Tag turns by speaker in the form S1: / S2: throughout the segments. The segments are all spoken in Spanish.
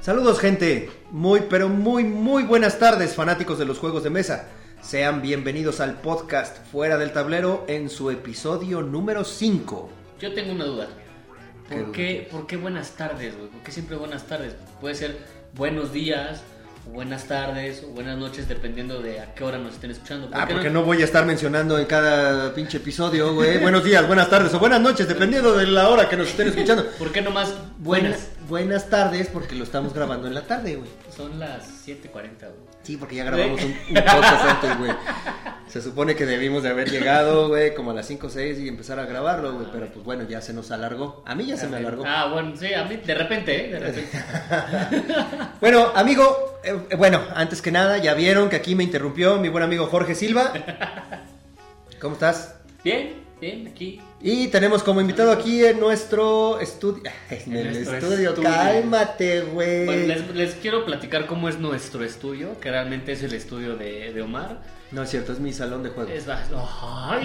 S1: Saludos gente, muy pero muy muy buenas tardes fanáticos de los juegos de mesa. Sean bienvenidos al podcast Fuera del Tablero en su episodio número 5.
S2: Yo tengo una duda.
S1: ¿Qué
S2: ¿Por qué, ¿Por qué buenas tardes, güey? ¿Por qué siempre buenas tardes? Puede ser buenos días, o buenas tardes, o buenas noches, dependiendo de a qué hora nos estén escuchando. ¿Por
S1: Ah,
S2: qué
S1: porque no voy a estar mencionando en cada pinche episodio, güey. Buenos días, buenas tardes o buenas noches, dependiendo de la hora que nos estén escuchando.
S2: ¿Por qué nomás buenas?
S1: buenas tardes porque lo estamos grabando en la tarde, güey.
S2: Son las 7:40, güey.
S1: Sí, porque ya grabamos un, un podcast antes, güey. Se supone que debimos de haber llegado, güey, como a las 5 o 6 y empezar a grabarlo, güey. Pero pues bueno, ya se nos alargó. A mí ya se me alargó.
S2: Ah, bueno, sí, a mí de repente, ¿eh? De repente.
S1: Bueno, amigo, eh, eh, bueno, antes que nada, ya vieron que aquí me interrumpió mi buen amigo Jorge Silva. ¿Cómo estás?
S2: Bien, bien, aquí.
S1: Y tenemos como invitado aquí en nuestro estudio. En
S2: En
S1: el
S2: nuestro
S1: estudio,
S2: estudio.
S1: cálmate, güey.
S2: Bueno, les, les quiero platicar cómo es nuestro estudio, que realmente es el estudio de, de Omar.
S1: No es cierto, es mi salón de juego.
S2: Es bas- ¡Ay,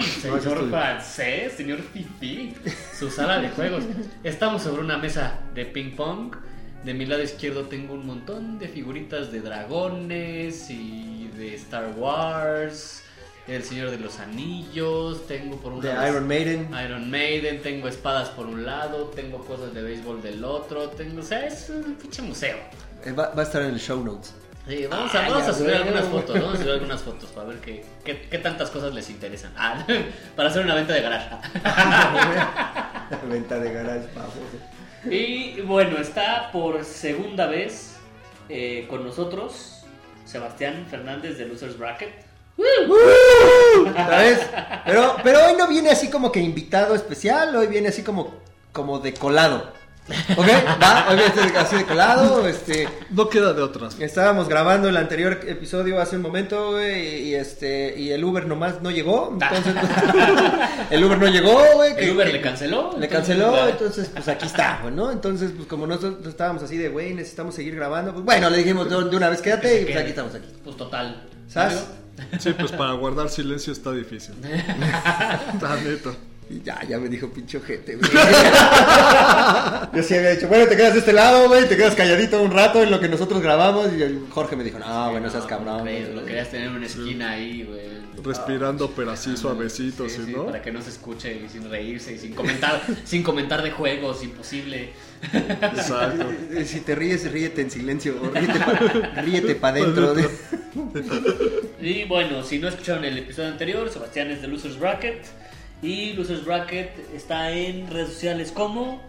S1: No, eso es
S2: señor
S1: tuyo.
S2: francés, señor Fifi! Su sala de juegos. Estamos sobre una mesa de ping-pong. De mi lado izquierdo tengo un montón de figuritas de dragones y de Star Wars, El Señor de los Anillos. Tengo por un
S1: De
S2: lado
S1: Iron Maiden.
S2: Iron Maiden, tengo espadas por un lado, tengo cosas de béisbol del otro. Tengo, o sea, es un pinche museo.
S1: Eh, Va, va a estar en el show notes.
S2: Sí, vamos a,
S1: Ah,
S2: vamos
S1: ya
S2: a subir
S1: veo.
S2: algunas fotos, vamos a subir algunas fotos para ver qué, qué, qué tantas cosas les interesan. Ah, para hacer una venta de garaje.
S1: La venta de garage, pues. pavo.
S2: Y bueno, está por segunda vez eh, con nosotros Sebastián Fernández de Losers Bracket.
S1: Uh, ¿Sabes? Pero, pero hoy no viene así como que invitado especial, hoy viene así como, como de colado. ¿Ok? ¿Va? Hoy viene así de colado. Este,
S3: No queda de otras.
S1: estábamos grabando el anterior episodio hace un momento, güey, y, y este, y el Uber nomás no llegó. Entonces, el Uber no llegó, güey. que-
S2: El Uber
S1: que-
S2: le canceló.
S1: Le
S2: entonces,
S1: canceló,
S2: ya.
S1: entonces pues aquí está, güey, ¿no? Entonces, pues como nosotros estábamos así de, güey, necesitamos seguir grabando, pues bueno, le dijimos de de una vez
S2: Que
S1: quédate
S2: se
S1: y pues
S2: quede.
S1: aquí estamos aquí.
S2: Pues total.
S1: ¿Sabes?
S3: Sí, pues para guardar silencio está difícil. Está neto.
S1: Y ya, ya me dijo pinche ojete, güey. Yo sí había dicho, bueno, te quedas de este lado, güey, te quedas calladito un rato en lo que nosotros grabamos. Y el Jorge me dijo, no, Ah, bueno, seas
S2: No,
S1: cabrón.
S2: crees, lo
S1: güey".
S2: querías tener en una esquina ahí, güey. Ah,
S3: Respirando, pero así suavecito,
S2: Sí,
S3: ¿sí,
S2: sí,
S3: no?
S2: Para que no se escuche y sin reírse y sin comentar, sin comentar de juegos, imposible.
S3: Exacto.
S1: Eh, eh, Si te ríes, ríete en silencio, o ríete para ríete pa dentro. de-
S2: Y bueno, si no escucharon el episodio anterior, Sebastián es de Losers Bracket. Y Losers Bracket está en redes sociales como.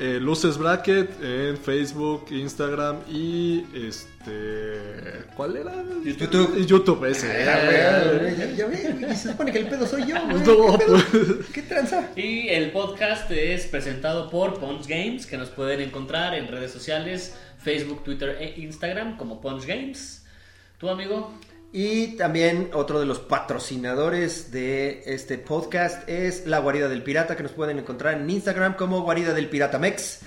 S3: Eh, Luces Bracket en Facebook, Instagram y este. ¿Cuál era?
S1: YouTube.
S3: Y YouTube, ese. eh,
S1: Ya, güey, ya- ya ve, güey, se supone que el pedo soy yo, güey.
S3: No,
S1: ¿Qué, pedo?
S3: pues.
S1: ¿Qué tranza?
S2: Y el podcast es presentado por Punch Games, que nos pueden encontrar en redes sociales, Facebook, Twitter e Instagram como Punch Games. ¿Tu amigo?
S1: Y también otro de los patrocinadores de este podcast es La Guarida del Pirata, que nos pueden encontrar en Instagram como Guarida del Pirata Mex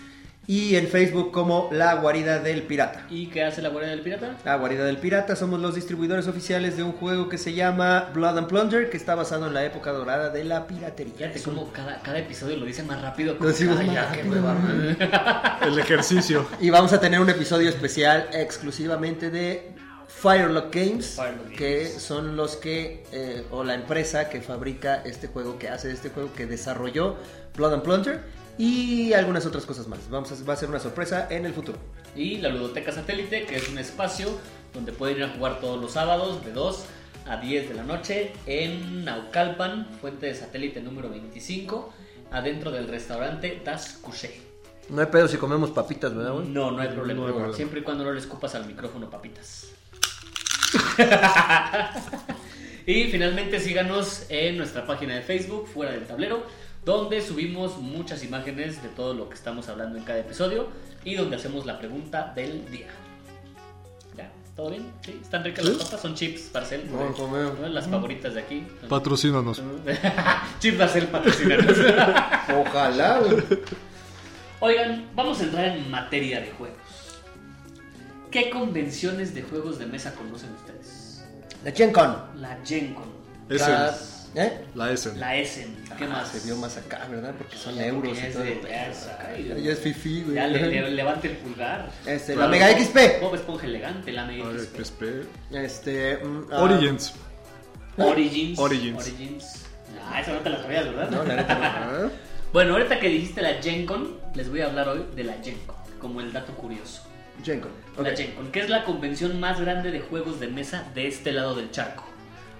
S1: y en Facebook como La Guarida del Pirata.
S2: ¿Y qué hace la Guardia del Pirata?
S1: La Guarida del Pirata somos los distribuidores oficiales de un juego que se llama Blood and Plunger, que está basado en la época dorada de la piratería.
S2: Fíjate cómo cada, cada episodio lo dice más rápido.
S1: Lo decimos
S2: Ay,
S1: más
S2: ya, qué
S1: rápido,
S2: hueva.
S1: ¿no?
S3: El ejercicio.
S1: Y vamos a tener un episodio especial exclusivamente de Firelock Games,
S2: Firelock Games.
S1: que son los que, eh, o la empresa que fabrica este juego, que hace este juego, que desarrolló Blood and Plunger y algunas otras cosas más. Vamos a, va a ser una sorpresa en el futuro.
S2: y la Ludoteca Satélite, que es un espacio donde pueden ir a jugar todos los sábados de 2 a 10 de la noche en Naucalpan, fuente de satélite número 25, adentro del restaurante Das Couché.
S1: No hay pedo si comemos papitas, ¿verdad, güey?
S2: No, no hay problema.
S3: No hay problema.
S2: Siempre y cuando no le escupas al micrófono, papitas. y finalmente síganos en nuestra página de Facebook, Fuera del Tablero, donde subimos muchas imágenes de todo lo que estamos hablando en cada episodio y donde hacemos la pregunta del día. ¿Ya? ¿Todo bien? ¿Sí? ¿Están ricas las papas? Son chips, Barcel.
S1: No, comemos.
S2: ¿No? Las favoritas de aquí.
S3: Patrocínanos.
S2: chips Barcel patrocinados.
S1: Ojalá, güey.
S2: Oigan, vamos a entrar en materia de juegos. ¿Qué convenciones de juegos de mesa conocen ustedes?
S1: La Gen Con.
S2: La Gen Con,
S1: La-
S3: Essen.
S1: ¿Eh?
S3: La Essen.
S2: la Essen, ¿qué
S1: Ah,
S2: más?
S1: se vio más acá, ¿verdad? Porque son
S2: Ya,
S1: euros
S2: porque
S1: y
S2: es
S1: todo.
S2: de-
S1: el pedo.
S2: ya es acá, y-
S1: Ya es fifi, güey.
S2: Ya le, le- levante el pulgar.
S1: Este, la Mega XP.
S2: Bob Esponja elegante, la Mega
S3: Ay,
S2: XP.
S3: PSP.
S1: Este. mm, ah,
S3: Origins.
S2: Origins.
S3: Origins.
S2: Origins. Ah, esa no te la sabías, ¿verdad?
S1: No, la neta no.
S3: Ah,
S2: Bueno, ahorita que dijiste la Gen Con, les voy a hablar hoy de la Gen Con, como el dato curioso.
S1: Gen Con.
S2: La Gen Con, que es la convención más grande de juegos de mesa de este lado del charco.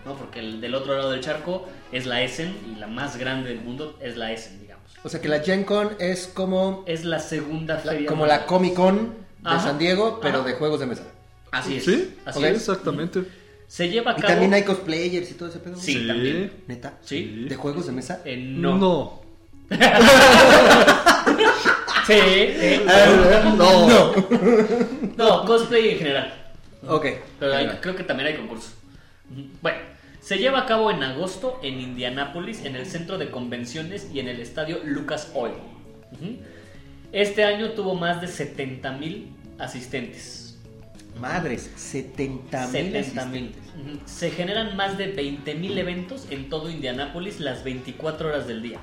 S2: ¿no? Porque el del otro lado del charco es la Essen y la más grande del mundo es la Essen, digamos.
S1: O sea que la Gen Con es como
S2: Es la segunda
S1: la,
S2: feria.
S1: como
S2: más-
S1: la Comic Con de
S2: Ajá.
S1: San Diego, pero
S2: Ajá.
S1: de juegos de mesa.
S2: Así es.
S3: Sí,
S2: así
S3: sí,
S2: es.
S3: exactamente.
S2: Se lleva a
S1: Y
S2: cabo.
S1: también hay cosplayers y todo ese pedo.
S2: Sí, también.
S1: Neta.
S2: Sí.
S1: ¿De juegos de mesa?
S2: Eh, no.
S3: No. No.
S2: Sí, sí.
S1: Eh, No.
S2: No, cosplay en general.
S1: Ok.
S2: Pero hay- creo que también hay concurso. Ujú. Bueno, se lleva a cabo en agosto en Indianápolis, en el centro de convenciones y en el estadio Lucas Oil. Ujú. Este año tuvo más de 70 mil asistentes.
S1: Madres, 70 mil
S2: 70 mil. Se generan más de 20 mil eventos en todo Indianápolis las 24 horas del día.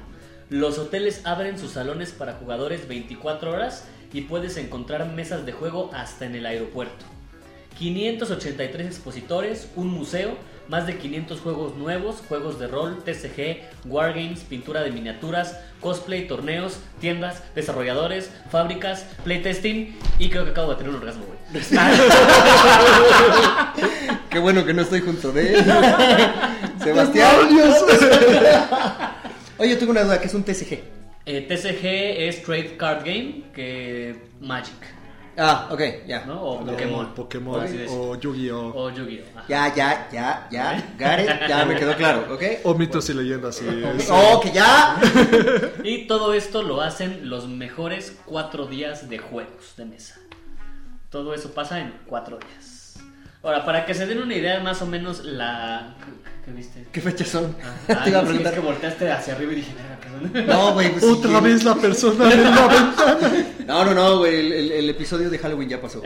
S2: Los hoteles abren sus salones para jugadores 24 horas y puedes encontrar mesas de juego hasta en el aeropuerto. 583 expositores, un museo, más de 500 juegos nuevos, juegos de rol, TCG, wargames, pintura de miniaturas, cosplay, torneos, tiendas, desarrolladores, fábricas, playtesting y creo que acabo de tener un orgasmo, güey.
S1: Qué bueno que no estoy junto de él. Sebastián. Oye, tengo una duda, ¿qué es un TCG?
S2: Eh, TCG es Trade Card Game que Magic,
S1: Ah, ok, ya.
S2: ¿no? O
S3: No,
S2: Pokémon. por
S3: Pokémon
S2: así decirlo.
S3: o Yu-Gi-Oh.
S2: O Yu-Gi-Oh. Ajá.
S1: Ya, ya, ya, ya. Gareth, ya me quedó claro, ¿ok?
S3: O mitos y leyendas. sí, es-
S1: Oh, que ya.
S2: Y todo esto lo hacen los mejores cuatro días de juegos de mesa. Todo eso pasa en cuatro días. Ahora, para que se den una idea más o menos la... ¿Qué- ¿Qué viste?
S1: ¿Qué fechas son?
S2: Ah,
S1: Te iba a
S2: no, sí, es
S1: preguntar.
S2: que volteaste hacia arriba y dije, "Verga, perdón".
S1: No, güey. pues,
S3: Otra
S1: sí.
S3: vez la persona de la ventana.
S1: No, no, no, güey. El, el- el episodio de Halloween ya pasó.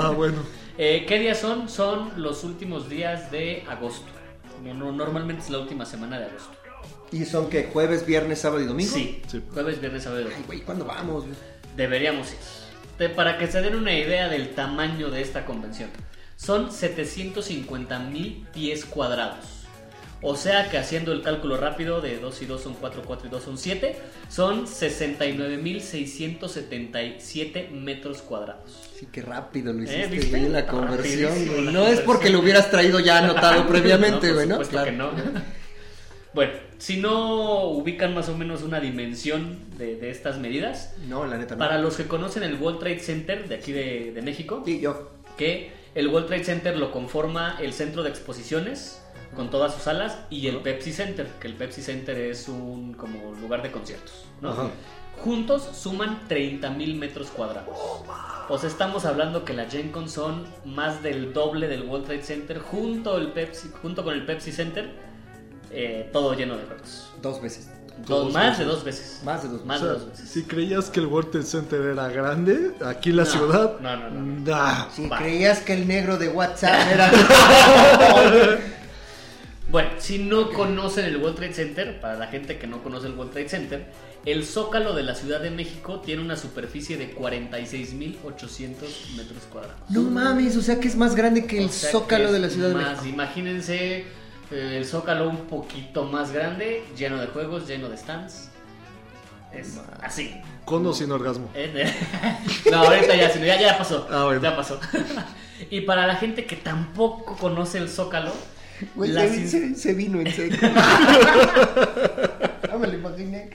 S3: Ah, bueno.
S2: Eh, ¿Qué días son? Son los últimos días de agosto. No- no, Normalmente es la última semana de agosto.
S1: ¿Y son que jueves, viernes, sábado y domingo?
S2: Sí,
S3: Sí.
S2: jueves, viernes, sábado. y domingo.
S1: Ay, güey, ¿cuándo vamos? güey?
S2: Deberíamos ir. Te- para que se den una idea del tamaño de esta convención, son 750 mil pies cuadrados. O sea que haciendo el cálculo rápido de 2 y 2 son 4, 4 y 2 son 7, son 69.677 metros cuadrados.
S1: Sí, qué rápido lo
S2: ¿Eh?
S1: hiciste,
S2: ¿Viste?
S1: güey, la conversión.
S2: Rapidísimo,
S1: güey.
S2: la
S1: No es
S2: conversión.
S1: porque lo hubieras traído ya anotado previamente,
S2: No, por
S1: güey, ¿no?
S2: supuesto que no. Bueno, si no ubican más o menos una dimensión de, de estas medidas,
S1: No, la neta no.
S2: para los que conocen el World Trade Center de aquí de, de México,
S1: Sí, yo.
S2: que el World Trade Center lo conforma el centro de exposiciones con todas sus salas y el Pepsi Center, que el Pepsi Center es un como lugar de conciertos, ¿no?
S3: Ajá.
S2: Juntos suman 30.000 metros cuadrados.
S3: Oh,
S2: O sea, estamos hablando que la Gen Con son más del doble del World Trade Center junto, el Pepsi, junto con el Pepsi Center, eh, todo lleno de juegos.
S1: Dos veces.
S2: Dos-
S3: Dos
S2: más de dos veces.
S1: Más de dos
S2: Más
S3: O sea,
S2: de dos veces.
S3: si creías que el World Trade Center era grande, aquí en la
S2: No,
S3: ciudad.
S2: no, no, no,
S3: nah.
S1: Si
S2: Va.
S1: creías que el negro de WhatsApp era.
S2: Bueno, si no conocen el World Trade Center, para la gente que no conoce el World Trade Center, el zócalo de la Ciudad de México tiene una superficie de 46.800 metros cuadrados.
S1: no mames, o sea que es más grande que el
S2: O sea que
S1: zócalo
S2: es
S1: de la Ciudad de
S2: más,
S1: México.
S2: Imagínense eh, el zócalo un poquito más grande, lleno de juegos, lleno de stands. Es así.
S3: Con o sin orgasmo.
S2: Eh, No, ahorita ya, sino ya, ya pasó.
S3: Ah, bueno.
S2: Ya pasó. Y para la gente que tampoco conoce el zócalo,
S1: Güey,
S2: las
S1: se,
S2: in-
S1: se- se vino en seco. no me lo imaginé.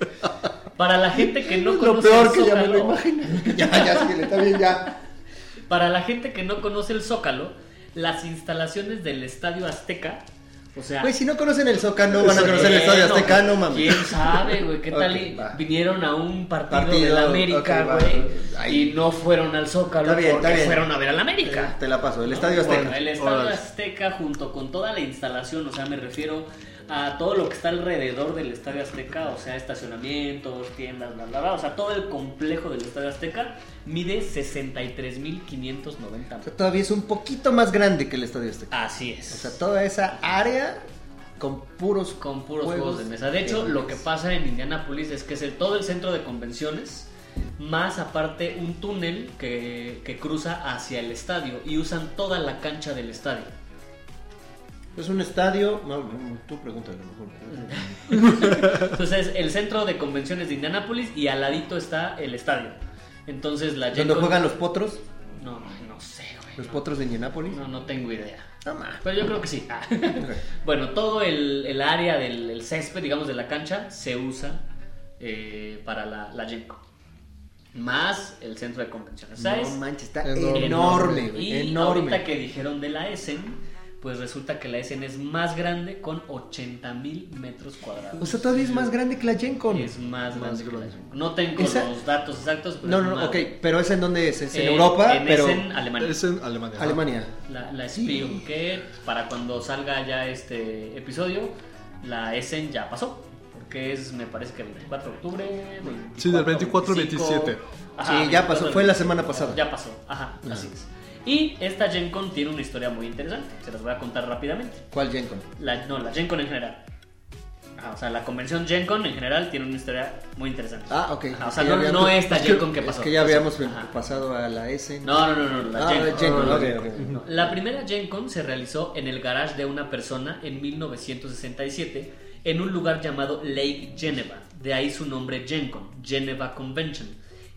S2: Para la gente que no
S1: Es
S2: conoce
S1: lo peor que
S2: el
S1: ya me
S2: Zócalo,
S1: lo imaginé. ya, ya, sí, está bien, ya.
S2: para la gente que no conoce el Zócalo, las instalaciones del Estadio Azteca, o sea,
S1: Güey, si no conocen el Zócalo, van a conocer el
S2: bueno,
S1: Estadio Azteca, Eh, no mames.
S2: ¿Quién sabe, güey? ¿Qué
S1: Ok,
S2: tal y
S1: va.
S2: vinieron a un partido,
S1: Partido,
S2: del
S1: ok,
S2: América,
S1: va.
S2: güey?
S1: Ahí.
S2: y no fueron al Zócalo
S1: Está bien,
S2: porque
S1: está bien. Eh,
S2: fueron a ver al América.
S1: Te la paso, el Estadio Azteca.
S2: Bueno, el Estadio
S3: Órale.
S2: Azteca junto con toda la instalación, o sea, me refiero a todo lo que está alrededor del Estadio Azteca, o sea, estacionamientos, tiendas, bla, bla, bla, o sea, todo el complejo del Estadio Azteca mide 63.590
S1: O sea, todavía es un poquito más grande que el Estadio Azteca.
S2: Así es.
S1: O sea, toda esa área con puros
S2: con puros juegos, de mesa. De hecho, lo que pasa en Indianápolis es que es el- todo el centro de convenciones, más aparte un túnel que, que cruza hacia el estadio y usan toda la cancha del estadio.
S1: Es un estadio. No, no, tú pregúntale a lo mejor.
S2: Entonces, el centro de convenciones de Indianápolis y al ladito está el estadio. Entonces, la
S1: ¿Dónde
S2: Gen Con-
S1: juegan los potros?
S2: No, no sé, güey.
S1: Los
S2: no,
S1: potros de Indianápolis.
S2: No, no tengo idea.
S1: No, ma.
S2: Pero yo creo que sí. Ah. Bueno, todo el, el área del el césped, digamos, de la cancha se usa eh, para la, la Genco. Más el centro de convenciones. O sea,
S1: No
S2: es
S1: manches, está
S3: Enorme.
S1: enorme,
S2: y
S1: güey, enorme.
S2: ahorita que dijeron de la Essen, pues resulta que la Essen es más grande con 80 mil metros cuadrados.
S1: O sea, todavía es más grande que la Gen Con.
S2: es más, grande. que la
S3: grande.
S2: Gen Con. No tengo
S1: Esa-
S2: los datos exactos, pero
S1: No,
S2: es
S1: no, no,
S2: más-
S1: ok, pero ¿es en dónde es? Es en
S2: Eh,
S1: Europa,
S2: en
S1: pero
S2: Essen, Alemania.
S3: Es en Alemania. ¿no?
S1: Alemania.
S2: La, la Spion, que para cuando salga ya este episodio, la Essen ya pasó. Porque es, me parece que el 24 de octubre. 24,
S3: Sí, del 24 al 27.
S1: Sí, ya pasó,
S2: 24,
S1: fue la semana pasada. Ah.
S2: Ya pasó, ajá, así es. Y esta Gen Con tiene una historia muy interesante, se las voy a contar rápidamente.
S1: ¿Cuál Gen Con?
S2: La, no, la Gen Con en general.
S1: Ah,
S2: Ajá, o sea, la convención Gen Con en general tiene una historia muy interesante.
S1: Ah, ok.
S2: Ajá, o
S1: Es que
S2: sea,
S1: ya
S2: no,
S1: habíamos-
S2: no esta
S1: es
S2: Gen Con que pasó.
S1: Es que ya habíamos
S2: Ajá.
S1: pasado a la S.
S2: No, no, no, no, la
S1: ah,
S2: Gen Con.
S1: la Gen Con,
S3: Ah,
S1: ok,
S3: ok.
S1: ok.
S2: No, La primera Gen Con se realizó en el garage de una persona en 1967 en un lugar llamado Lake Geneva, de ahí su nombre Gen Con, Geneva Convention,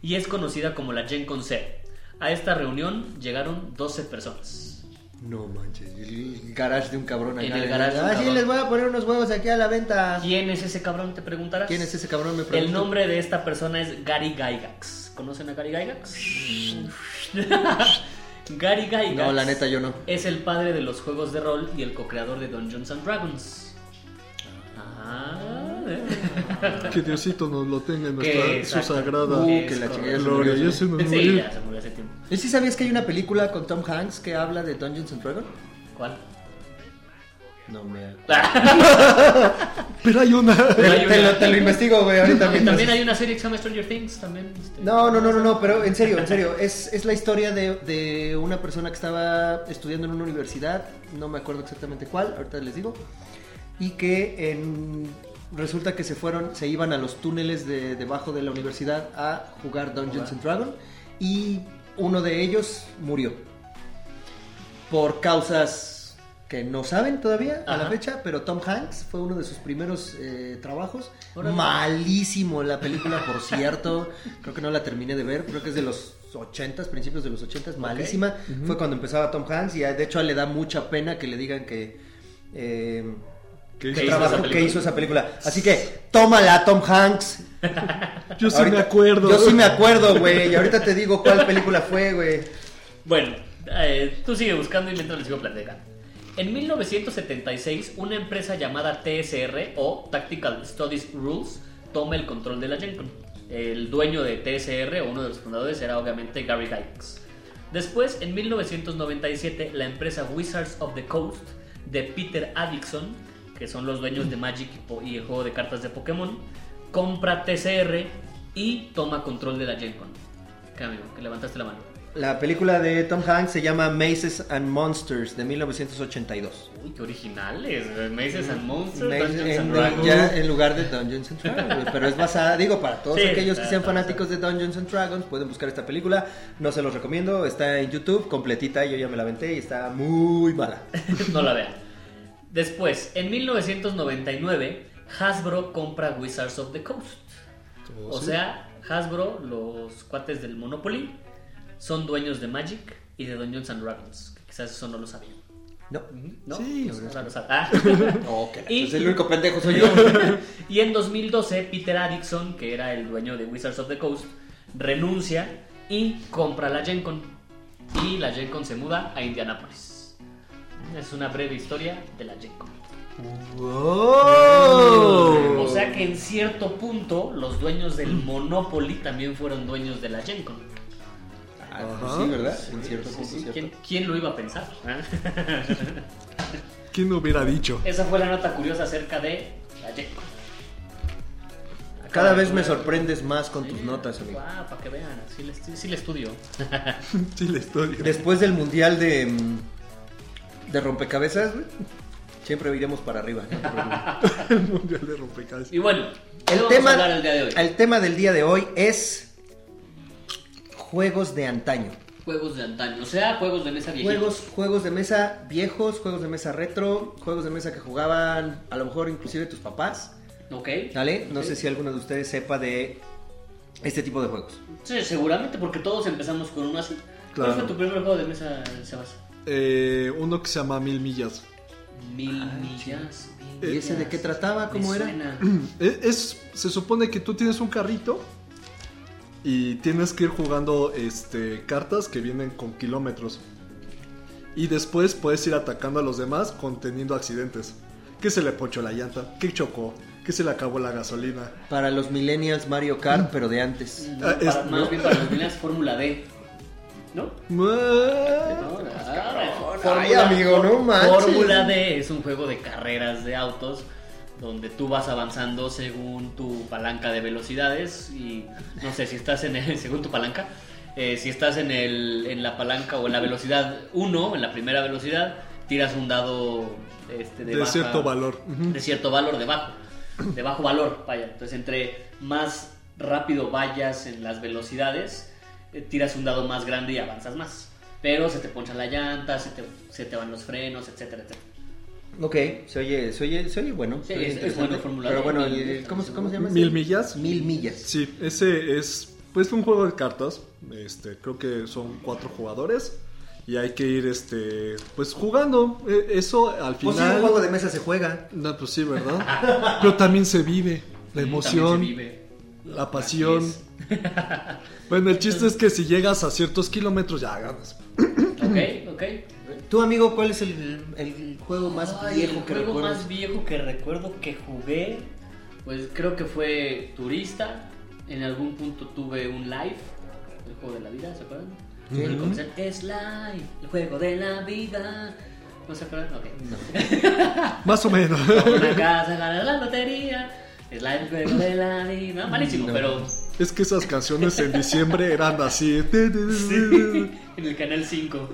S2: y es conocida como la Gen Con C. A esta reunión llegaron 12 personas.
S1: No manches, el garage de un cabrón
S2: En
S1: acá.
S2: el garage de un
S1: Ah, sí,
S2: cabrón.
S1: les voy a poner unos huevos aquí a la venta.
S2: ¿Quién es ese cabrón? Te preguntarás.
S1: ¿Quién es ese cabrón? Me
S2: El
S1: pregunto.
S2: nombre de esta persona es Gary Gygax. ¿Conocen a Gary Gygax? Gary Gygax.
S1: No, la neta yo no.
S2: Es el padre de los juegos de rol y el co-creador de Dungeons and Dragons. Ah, eh.
S3: Que Diosito nos lo tenga en
S2: Que,
S3: nuestra, su
S2: exacto.
S3: sagrada
S1: Uh, que la chingada
S2: Es
S1: se
S2: correcto.
S1: murió.
S3: gloria. Yo se me
S2: Sí,
S3: morí.
S2: ya se murió hace tiempo.
S1: ¿Y si sabías que hay una película con Tom Hanks que habla de Dungeons and Dragons?
S2: ¿Cuál?
S1: No me acuerdo.
S3: Pero hay una.
S2: Pero hay
S1: Te, te
S2: una-
S1: lo, te lo investigo, güey, ahorita
S2: Y
S1: mismo.
S2: también hay una serie que se llama Stranger Things también. este.
S1: No, no, no, no, no, pero en serio, en serio. Es, es la historia de, de una persona que estaba estudiando en una universidad, no me acuerdo exactamente cuál, ahorita les digo. Y que en- resulta que se fueron, se iban a los túneles de, debajo de la universidad a jugar Dungeons and Dragons. Y uno de ellos murió. Por causas que no saben todavía a la
S2: Ajá.
S1: fecha, pero Tom Hanks fue uno de sus primeros eh, trabajos.
S2: Órale.
S1: Malísimo la película, por cierto. Creo que no la terminé de ver. Creo que es de los 80, principios de los 80, malísima. Fue cuando empezaba Tom Hanks y ah, de hecho a él le da mucha pena que le digan que. eh,
S3: Que
S1: que
S2: hizo
S1: trabajo
S2: esa
S1: que
S2: película?
S1: hizo esa película. Así que, tómala, Tom Hanks.
S3: Yo sí
S1: Ahorita-
S3: me acuerdo.
S1: Yo sí me acuerdo, güey. Y ahorita te digo cuál película fue, güey.
S2: Bueno, eh, tú sigue buscando y mientras les sigo platicando. En 1976, una empresa llamada TSR o Tactical Studies Rules toma el control de la GenCon. El dueño de TSR o uno de los fundadores era obviamente Gary Gygax. Después, en 1997, la empresa Wizards of the Coast de Peter Addison, que son los dueños de Magic y po- y el juego de cartas de Pokémon, compra TSR y toma control de la GenCon. Cambio, que levantaste la mano.
S1: La película de Tom Hanks se llama Mazes and Monsters de 1982.
S2: Uy, qué originales. güey. Mazes and Monsters,
S1: Maze-
S2: Dungeons
S1: en,
S2: and
S1: lu-
S2: Dragons.
S1: ya en lugar de Dungeons and Dragons, güey, pero es basada, digo, para todos
S2: Sí,
S1: aquellos que
S2: está-
S1: sean
S2: está
S1: fanáticos de Dungeons and Dragons pueden buscar esta película, no se los recomiendo, está en YouTube completita, yo ya me la aventé y está muy mala.
S2: no la vean. Después, en 1999, Hasbro compra Wizards of the Coast.
S1: Oh,
S2: O sea, Hasbro, los cuates del Monopoly, son dueños de Magic y de Dungeons and Dragons. que Quizás eso no lo sabían.
S1: No,
S2: ¿No?
S3: Sí,
S2: Pues
S3: ahora
S2: ahora lo saben. Ah.
S1: no, que la-
S2: Y-
S1: es el único pendejo soy yo.
S2: y en 2012, Peter Addison, que era el dueño de Wizards of the Coast, renuncia y compra la Gen Con. Y la Gen Con se muda a Indianápolis. Es una breve historia de la Gen Con.
S1: Wow.
S2: O sea que en cierto punto, los dueños del Monopoly también fueron dueños de la Gen Con.
S1: Ah, pues sí, ¿verdad? En cierto
S2: Sí,
S1: punto,
S2: sí,
S1: cierto.
S2: ¿Quién, quién lo iba a pensar?
S3: ¿Quién lo hubiera dicho?
S2: Esa fue la nota curiosa acerca de la Jayco.
S1: Cada vez me sorprendes más con tus notas, amigo.
S2: Ah, para que vean, sí le, estu- sí le estudio.
S3: Sí, la historia.
S1: Después del mundial de, mm, de rompecabezas, güey, siempre iremos para arriba. no te preocupes.
S3: El mundial de rompecabezas.
S2: Y bueno, ¿qué
S1: El
S2: vamos a hablar el día de hoy?
S1: el tema del día de hoy es juegos de antaño.
S2: Juegos de antaño, o sea, juegos de mesa viejitos.
S1: Juegos, juegos de mesa viejos, juegos de mesa retro, juegos de mesa que jugaban a lo mejor inclusive tus papás.
S2: Ok.
S1: ¿Vale? No
S2: Ok.
S1: sé si alguno de ustedes sepa de este tipo de juegos.
S2: Sí, seguramente, porque todos empezamos con uno así.
S3: Claro.
S2: ¿Cuál fue tu primer juego de mesa, Sebas?
S3: Eh, uno que se llama Mil Millas.
S2: Mil millas. mil
S1: ¿Y ese de
S2: millas.
S1: qué trataba? ¿Cómo
S2: Me
S1: era?
S2: suena.
S3: Es, es- se supone que tú tienes un carrito y tienes que ir jugando este, cartas que vienen con kilómetros. Y después puedes ir atacando a los demás conteniendo accidentes. Que se le ponchó la llanta, que chocó, que se le acabó la gasolina.
S1: Para los millennials Mario
S2: Mm.
S1: Kart, pero de antes.
S2: No,
S3: Ah, es-
S2: para- más
S3: no.
S2: bien para las millas, Fórmula D. ¿No?
S3: Mua.
S2: Ah,
S1: Ay, amigo, no manches.
S2: Fórmula D es un juego de carreras de autos donde tú vas avanzando según tu palanca de velocidades y no sé si estás en el, según tu palanca, eh, si estás en, el, en la palanca o en la velocidad 1, en la primera velocidad, tiras un dado este, de,
S3: De
S2: baja-
S3: cierto valor. Ujú.
S2: de cierto valor de bajo, de bajo valor, vaya. Entonces, entre más rápido vayas en las velocidades, eh, tiras un dado más grande y avanzas más. Pero se te poncha la llanta, se te, se te van los frenos, etcétera, etcétera.
S1: Ok, se oye, se oye, se oye bueno.
S2: Mm. Sí,
S1: se oye
S2: es- es
S1: interesante.
S2: bueno Fórmula
S1: Pero
S2: D,
S1: bueno,
S2: mil-
S1: el- ¿cómo, se- cómo se llama?
S3: ¿Mil
S1: ese?
S3: millas?
S1: Mil millas.
S3: Sí, ese es pues un juego de cartas. Este, creo que son cuatro jugadores y hay que ir este pues jugando. E- Eso al
S1: Pues sí, un
S3: final.
S1: juego de mesa se juega.
S3: No, pues sí, ¿verdad? Pero también se vive la
S2: Mm,
S3: emoción,
S2: también se vive.
S3: la pasión.
S2: Así
S3: Bueno, el chiste es que si llegas a ciertos kilómetros ya ganas.
S2: es. Ok, ok.
S1: Tú, amigo, ¿cuál es el, el juego más
S2: Ay,
S1: viejo
S2: el
S1: que
S2: juego
S1: recuerdas?
S2: más viejo que recuerdo que jugué, pues creo que fue Turista. En algún punto tuve un live, el juego de la vida, ¿se acuerdan?
S1: Sí.
S2: El comercial, es live, el juego de la vida. ¿No se acuerdan? Ok.
S3: Más o menos.
S2: Una casa, ganar la lotería, es live, el juego de la vida. Malísimo,
S1: No.
S2: pero
S3: es que esas canciones en diciembre eran así.
S2: en el canal 5.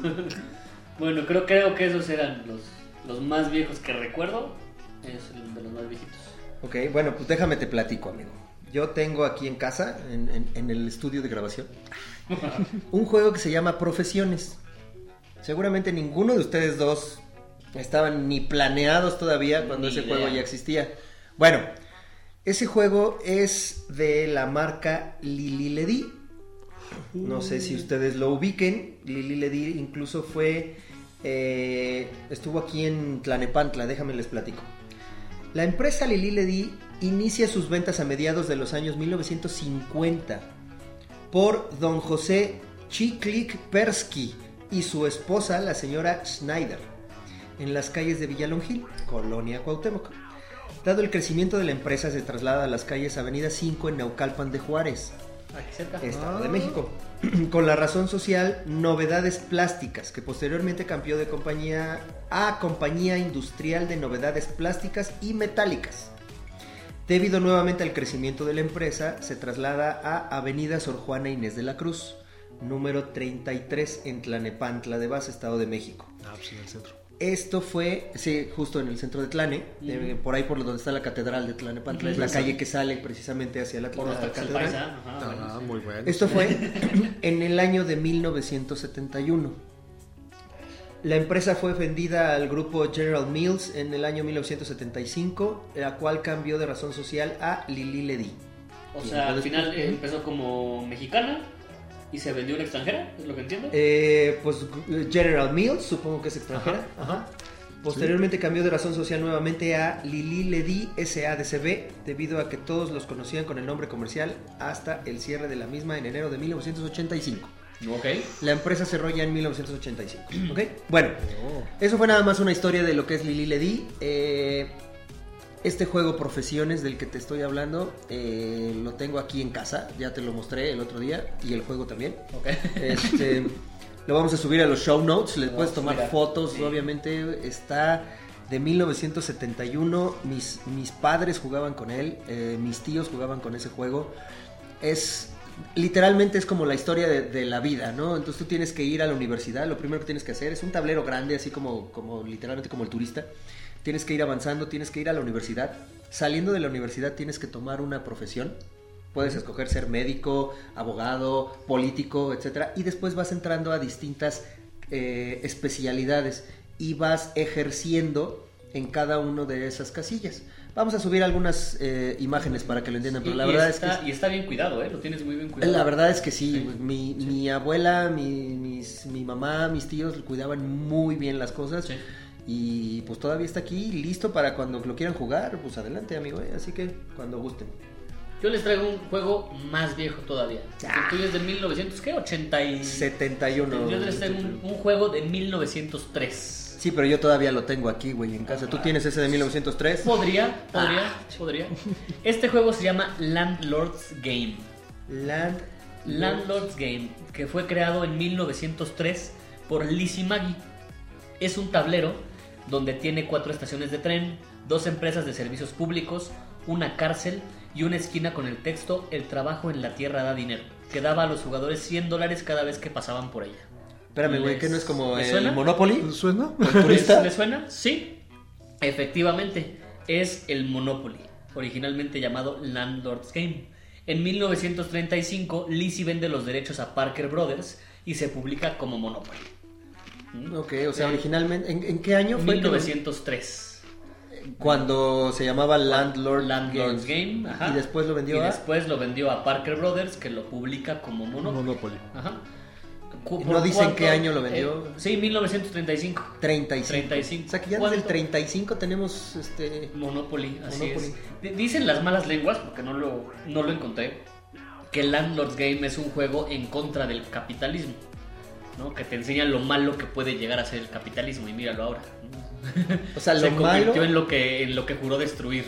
S2: bueno, creo, creo que esos eran los, los más viejos que recuerdo. Es el de los más viejitos.
S1: Ok, bueno, pues déjame te platico, amigo. Yo tengo aquí en casa, en, en- en el estudio de grabación, un juego que se llama Profesiones. Seguramente ninguno de ustedes dos estaban ni planeados todavía cuando
S2: Ni
S1: ese
S2: idea.
S1: juego ya existía. Bueno, ese juego es de la marca Lili Ledi. No sé si ustedes lo ubiquen. Lili Ledi incluso fue. eh, estuvo aquí en Tlanepantla, déjame les platico. La empresa Lili Ledi inicia sus ventas a mediados de los años 1950 por don José Chiklik Persky y su esposa, la señora Schneider, en las calles de Villalongil, Colonia Cuauhtémoc. Dado el crecimiento de la empresa, se traslada a las calles Avenida 5 en Naucalpan de Juárez,
S2: Aquí cerca.
S1: Estado
S3: Ah.
S1: de México, con la razón social Novedades Plásticas, que posteriormente cambió de compañía a Compañía Industrial de Novedades Plásticas y Metálicas. Debido nuevamente al crecimiento de la empresa, se traslada a Avenida Sor Juana Inés de la Cruz, número 33 en Tlanepantla de Vaz, Estado de México.
S3: Ah, pues en el centro.
S1: Esto fue, sí, justo en el centro de Tlane, eh, por ahí por donde está la catedral de Tlanepantla, es la calle que sale precisamente hacia la,
S2: Por
S1: la
S2: los tacos al
S1: catedral.
S2: Ah, paisa, ajá, bueno,
S3: Ah,
S2: sí.
S3: muy bueno.
S1: Esto fue en el año de 1971. La empresa fue vendida al grupo General Mills en el año 1975, la cual cambió de razón social a Lili Ledi.
S2: O
S1: Sí,
S2: sea, al
S1: entonces-
S2: final eh, empezó como mexicana y se vendió una extranjera, es lo que entiendo.
S1: Eh, pues General Mills, supongo que es extranjera.
S3: Ajá.
S1: Posteriormente cambió de razón social nuevamente a Lili Ledi SADCB, debido a que todos los conocían con el nombre comercial hasta el cierre de la misma en enero de 1985.
S2: ok.
S1: La empresa cerró ya en 1985. ¿ok? Bueno,
S3: Oh.
S1: Eso fue nada más una historia de lo que es Lili Ledi. Eh, este juego Profesiones del que te estoy hablando eh, lo tengo aquí en casa. Ya te lo mostré el otro día y el juego también.
S2: Ok.
S1: Este, lo vamos a subir a los show notes. Les
S2: Lo
S1: puedes
S2: vamos a
S1: tomar
S2: subir a-
S1: fotos.
S2: sí.
S1: Obviamente está de 1971. Mis, mis padres jugaban con él, eh, mis tíos jugaban con ese juego. Es literalmente es como la historia de, de la vida, ¿no? Entonces tú tienes que ir a la universidad, lo primero que tienes que hacer es un tablero grande, así como, como literalmente como el turista. Tienes que ir avanzando, tienes que ir a la universidad. Saliendo de la universidad tienes que tomar una profesión. Puedes escoger ser médico, abogado, político, etcétera, y después vas entrando a distintas eh, especialidades y vas ejerciendo en cada una de esas casillas. Vamos a subir algunas eh, imágenes para que lo entiendan, pero
S2: Y-
S1: la
S2: y
S1: verdad
S2: está,
S1: es que
S2: Y está bien cuidado, ¿eh? Lo tienes muy bien cuidado.
S1: la verdad es que sí,
S2: Sí,
S1: mi, mi abuela, mi, mis- mi mamá, mis tíos cuidaban muy bien las cosas
S2: Sí.
S1: y pues todavía está aquí listo para cuando lo quieran jugar, pues adelante amigo, ¿eh? así que cuando gusten.
S2: Yo les traigo un juego más viejo todavía.
S1: Ah.
S2: El tuyo es de 1900, ¿qué? 87.
S1: 71.
S2: Yo les traigo un, un juego de 1903.
S1: Sí, pero yo todavía lo tengo aquí, güey, en casa. ¿Tú tienes ese de 1903?
S2: Podría, podría,
S1: Ah,
S2: podría. Este juego se llama Landlord's Game.
S1: Land...
S2: Landlord's Game, que fue creado en 1903 por Lizzie Maggie. Es un tablero donde tiene cuatro estaciones de tren, dos empresas de servicios públicos, una cárcel y una esquina con el texto El trabajo en la tierra da dinero, que daba a los jugadores 100 dólares cada vez que pasaban por ella.
S1: Espérame, güey,
S2: ¿Les-
S1: ¿qué no es como
S2: les
S1: el
S2: suena?
S1: Monopoly?
S3: ¿Suena?
S1: ¿El turista?
S2: ¿Les, les suena? Sí. Efectivamente, es el Monopoly, originalmente llamado Landlord's Game. En 1935, Lizzie vende los derechos a Parker Brothers y se publica como Monopoly. ¿Mm?
S1: Ok, o sea,
S2: Eh,
S1: originalmente, ¿en, en qué año fue? que-
S2: 1903.
S1: Cuando se llamaba Landlord
S2: Landlord's
S1: Games.
S2: Game. ajá.
S1: Y después lo vendió
S2: Y
S1: a-
S2: después lo vendió a Parker Brothers, que lo publica como Monopoly.
S3: Monopoly.
S2: Ajá. Cu-
S1: ¿No
S2: por
S1: dicen qué año lo vendió?
S2: Eh, sí, 1935.
S1: 35.
S2: 35.
S1: O sea, que ya desde
S2: ¿Cuánto?
S1: el 35 tenemos este.
S2: Monopoly, así
S1: Monopoly.
S2: es. D- Dicen las malas lenguas, porque no lo, no lo encontré, que Landlord's Game es un juego en contra del capitalismo, ¿no? Que te enseña lo malo que puede llegar a ser el capitalismo, y míralo ahora. ¿no?
S1: O sea, lo
S2: Se convirtió
S1: malo.
S2: en lo, que, en lo que juró destruir.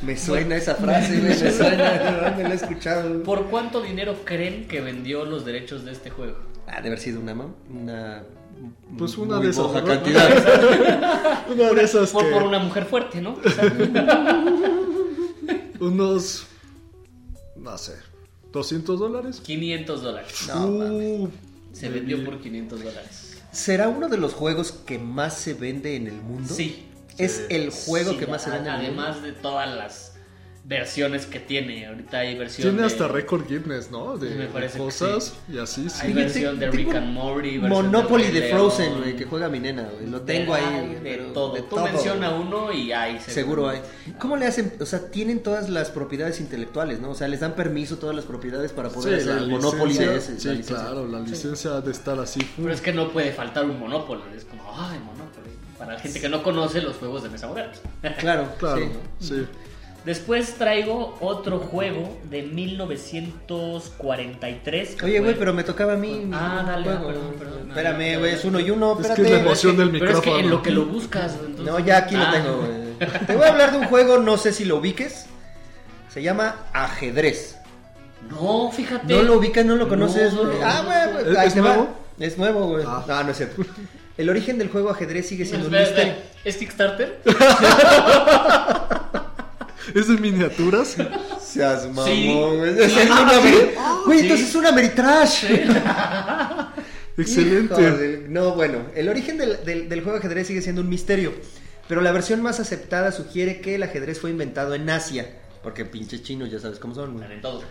S1: Me suena esa frase, güey, me suena. ¿de dónde la he escuchado?
S2: ¿Por cuánto dinero creen que vendió los derechos de este juego?
S1: Ah, de haber sido una. mam- una
S3: Pues una
S1: muy
S3: de esas,
S1: baja
S3: ¿no?
S1: cantidad.
S3: Una de esas
S2: Por,
S3: que-
S2: por una mujer fuerte, ¿no? O sea,
S3: Unos. No sé. ¿200 dólares?
S2: 500 dólares.
S1: No, mames.
S3: Uh,
S2: Se vendió por 500 dólares.
S1: ¿Será uno de los juegos que más se vende en el mundo?
S2: Sí.
S1: Es el juego
S2: Sí,
S1: que más se
S2: a-
S1: vende en el mundo.
S2: Además de todas las versiones que tiene. Ahorita hay versión.
S3: Tiene
S2: de-
S3: hasta récord Guinness, ¿no? De
S2: Me parece que
S3: cosas y así,
S2: Hay
S3: sí.
S1: Ay, Fíjate,
S2: versión de
S1: tengo
S2: Rick and Morty. versión
S1: Monopoly
S2: del
S1: de
S2: Rey
S1: Frozen,
S2: León,
S1: güey, que juega mi nena, güey. Lo
S2: de-
S1: tengo ahí.
S2: hay
S1: güey,
S2: De,
S1: pero
S2: todo. Tú menciona uno y hay.
S1: Seguro hay. ¿Cómo le hacen? O sea, tienen todas las propiedades intelectuales, ¿no? O sea, les dan permiso todas las propiedades para poder
S3: Sí,
S1: hacer
S3: la
S1: el Monopoly
S3: licencia-
S1: de ese.
S3: Sí,
S1: la licencia.
S3: claro, la licencia ha de estar así.
S2: Pero es que no puede faltar un Monopoly. Es como, ay, Monopoly. Para la gente que no conoce los juegos de mesa modernos.
S1: Claro,
S3: Claro,
S1: sí.
S3: sí.
S2: Después traigo otro juego de 1943. que
S1: Oye, güey,
S2: fue-
S1: pero me tocaba a mí.
S2: Ah,
S1: mi
S2: dale,
S1: juego.
S2: ah, perdón, perdón.
S1: Espérame,
S2: Ah,
S1: güey, es uno y uno.
S3: Es
S1: Espérate.
S3: que es la emoción del
S2: Pero es
S3: micrófono.
S2: que en lo que lo buscas. entonces-
S1: No, ya aquí lo
S2: Ah.
S1: tengo, güey. Te voy a hablar de un juego, no sé si lo ubiques. Se llama Ajedrez.
S2: No, fíjate.
S1: No lo ubicas, no lo conoces.
S2: No, no, no.
S1: ah, güey,
S3: ¿Es-
S1: güey, ahí
S3: es
S1: te va.
S3: nuevo?
S1: Es nuevo, güey.
S3: Ah.
S1: No, no es cierto. El origen del juego ajedrez sigue siendo un
S2: Espera, espera.
S1: misterio.
S2: ¿Es Kickstarter?
S3: Es de miniaturas.
S1: Seas mamón,
S2: Sí.
S1: güey. Es una Ameri- Ah, Güey,
S2: Sí.
S1: entonces es un Ameritrash. Hijo
S3: Excelente.
S1: de- No, bueno, el origen del, del- del juego de ajedrez sigue siendo un misterio, pero la versión más aceptada sugiere que el ajedrez fue inventado en Asia, porque pinches chinos ya sabes cómo son. güey.
S2: Están en todo.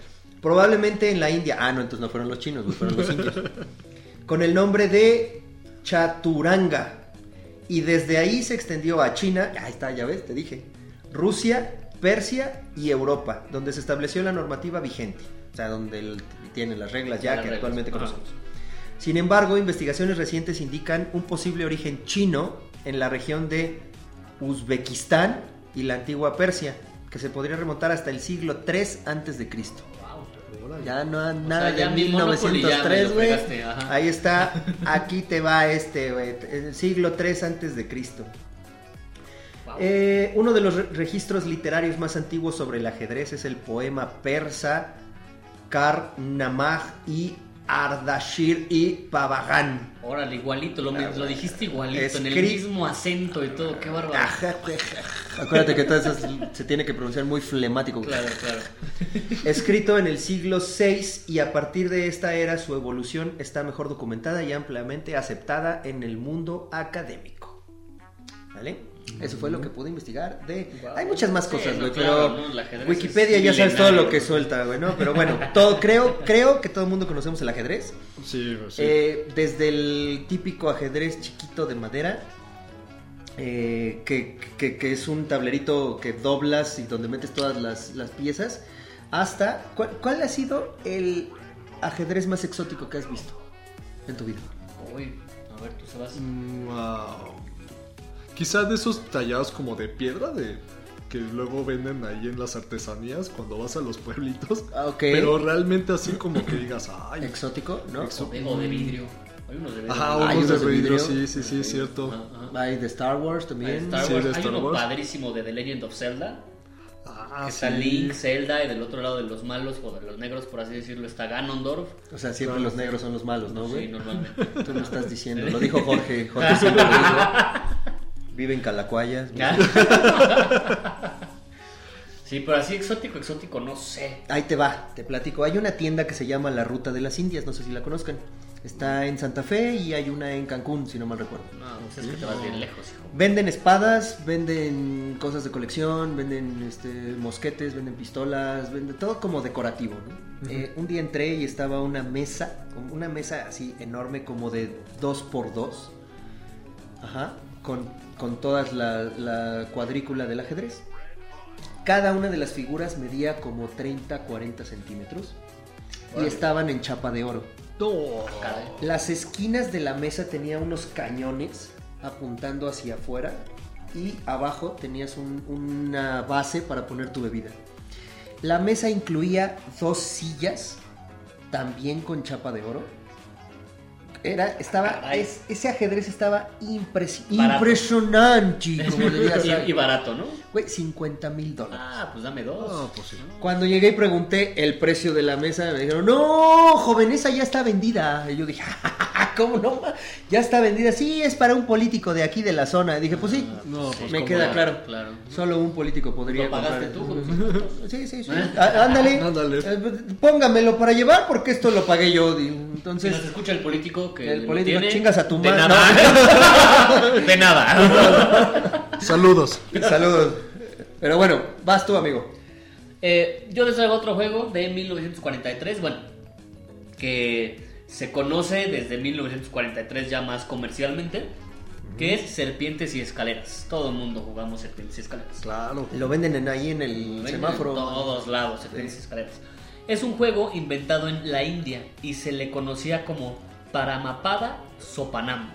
S1: Probablemente en la India. Ah, no, entonces no fueron los chinos, güey, fueron los indios. Con el nombre de Chaturanga. Y desde ahí se extendió a China, ahí está, ya ves, te dije. Rusia, Persia y Europa, donde se estableció la normativa vigente. O sea, donde el- tienen las reglas ya
S2: Las
S1: que
S2: reglas,
S1: actualmente
S2: ajá.
S1: conocemos. Sin embargo, investigaciones recientes indican un posible origen chino en la región de Uzbekistán y la antigua Persia, que se podría remontar hasta el siglo 3 antes de Cristo. Ya no hay nada
S2: sea, ya
S1: de
S2: mi Monopoly ya me
S1: 1903,
S2: lo
S1: güey.
S2: pegaste, ajá.
S1: Ahí está, aquí te va este, güey, el siglo 3 antes de Cristo.
S2: Wow.
S1: Eh, uno de los re- registros literarios más antiguos sobre el ajedrez es el poema persa Karnamaj y Ardashir y Pavagán.
S2: Órale, igualito,
S1: Ah,
S2: lo, lo dijiste igualito, en el
S1: Escri-
S2: mismo acento y todo, qué bárbaro.
S1: Ah, Acuérdate que todo eso es- se tiene que pronunciar muy flemático.
S2: Claro, claro.
S1: Escrito en el siglo VI y a partir de esta era su evolución está mejor documentada y ampliamente aceptada en el mundo académico. ¿Vale? Eso fue lo que pude investigar de...
S2: Wow.
S1: Hay muchas más
S2: Sí,
S1: cosas,
S2: no,
S1: güey,
S2: claro,
S1: pero
S2: ¿no? El ajedrez
S1: Wikipedia
S2: es
S1: ya sabes todo
S2: milenario,
S1: lo que
S2: güey.
S1: suelta, güey, ¿no? Pero bueno, todo, creo, creo que todo el mundo conocemos el ajedrez.
S3: Sí, güey, sí.
S1: Eh, desde el típico ajedrez chiquito de madera, eh, que, que- que es un tablerito que doblas y donde metes todas las, las piezas, hasta... ¿cuál, cuál ha sido el ajedrez más exótico que has visto en tu vida?
S2: Uy, a ver, tú se vas.
S3: Mm, Wow. Quizá de esos tallados como de piedra de que luego venden ahí en las artesanías cuando vas a los pueblitos.
S1: Ah, ok.
S3: Pero realmente así como que digas, ay,
S1: ¿Exótico? ¿No?
S2: O de, o de vidrio.
S1: mm.
S2: ah, Hay unos de vidrio.
S3: Ajá,
S1: Hay
S3: ojos de
S1: unos de
S3: vidrio,
S1: vidrio.
S3: sí, sí, sí, es cierto.
S2: Ajá, ajá.
S1: Hay de Star Wars
S2: Hay
S1: también.
S2: Star
S3: Sí,
S2: Wars.
S3: de
S2: Hay
S3: Star
S2: uno
S3: Wars.
S2: padrísimo de The Legend of Zelda.
S3: Ah,
S2: que está
S3: sí.
S2: Link, Zelda, y del otro lado de los malos, o de los negros, por así decirlo, está Ganondorf.
S1: O sea, siempre los negros son los malos, ¿no, güey?
S2: Sí, normalmente.
S1: Tú lo estás diciendo, lo dijo Jorge. Jorge siempre lo dice. Vive en Calacuayas. güey.
S2: Ya. sí, pero así exótico, exótico, no sé.
S1: Ahí te va, te platico. Hay una tienda que se llama La Ruta de las Indias, no sé si la conozcan. Está en Santa Fe y hay una en Cancún, si no mal recuerdo.
S2: No, pues es que te vas bien lejos, hijo.
S1: Venden espadas, venden cosas de colección, venden este, mosquetes, venden pistolas, venden todo como decorativo. ¿no? Eh, un día entré y estaba una mesa, como una mesa así enorme como de dos por dos, ajá, con, con toda la, la cuadrícula del ajedrez. Cada una de las figuras medía como 30, 40 centímetros y
S2: Órale.
S1: estaban en chapa de oro.
S3: No.
S2: Caray.
S1: Las esquinas de la mesa tenía unos cañones apuntando hacia afuera y abajo tenías un- una base para poner tu bebida. La mesa incluía dos sillas, también con chapa de oro. Era, estaba,
S2: Caray.
S1: es- ese ajedrez estaba impresi-
S2: Barato.
S1: impresionante, como dirías.
S2: Y, y barato, ¿no?
S1: Güey, 50 mil dólares.
S2: Ah, pues dame dos.
S3: Ah, pues sí.
S1: Cuando llegué y pregunté el precio de la mesa, me dijeron, no, joven, esa ya está vendida. Y yo dije, "Ah, ¿cómo no? ma? Ya está vendida. Sí, es para un político de aquí de la zona. Y dije, pues sí,
S3: No, pues
S1: me
S2: cómo
S1: queda
S2: Ah, no,
S1: claro.
S2: claro.
S1: Solo un político podría
S2: Lo pagaste tú,
S1: comprar.
S2: joven. ¿Eh?
S1: Sí, sí, sí. Á- Ándale.
S3: Ándale.
S1: Eh, Póngamelo para llevar porque esto lo pagué yo. di-
S2: Si
S1: Entonces,
S2: nos escucha el político que
S1: el
S2: lo
S1: político,
S2: tiene,
S1: chingas a tu
S2: de
S1: madre.
S2: nada. de nada.
S3: Saludos.
S1: saludos. Pero bueno, vas tú, amigo.
S2: Eh, yo les traigo otro juego de 1943, bueno, que se conoce desde 1943 ya más comercialmente, que es Serpientes y Escaleras. Todo el mundo jugamos Serpientes y Escaleras.
S3: Claro.
S2: Ah,
S1: Lo venden en- ahí en el
S2: Venden
S1: semáforo.
S2: En todos lados, Serpientes y Escaleras. Es un juego inventado en la India y se le conocía como Paramapada Sopanam,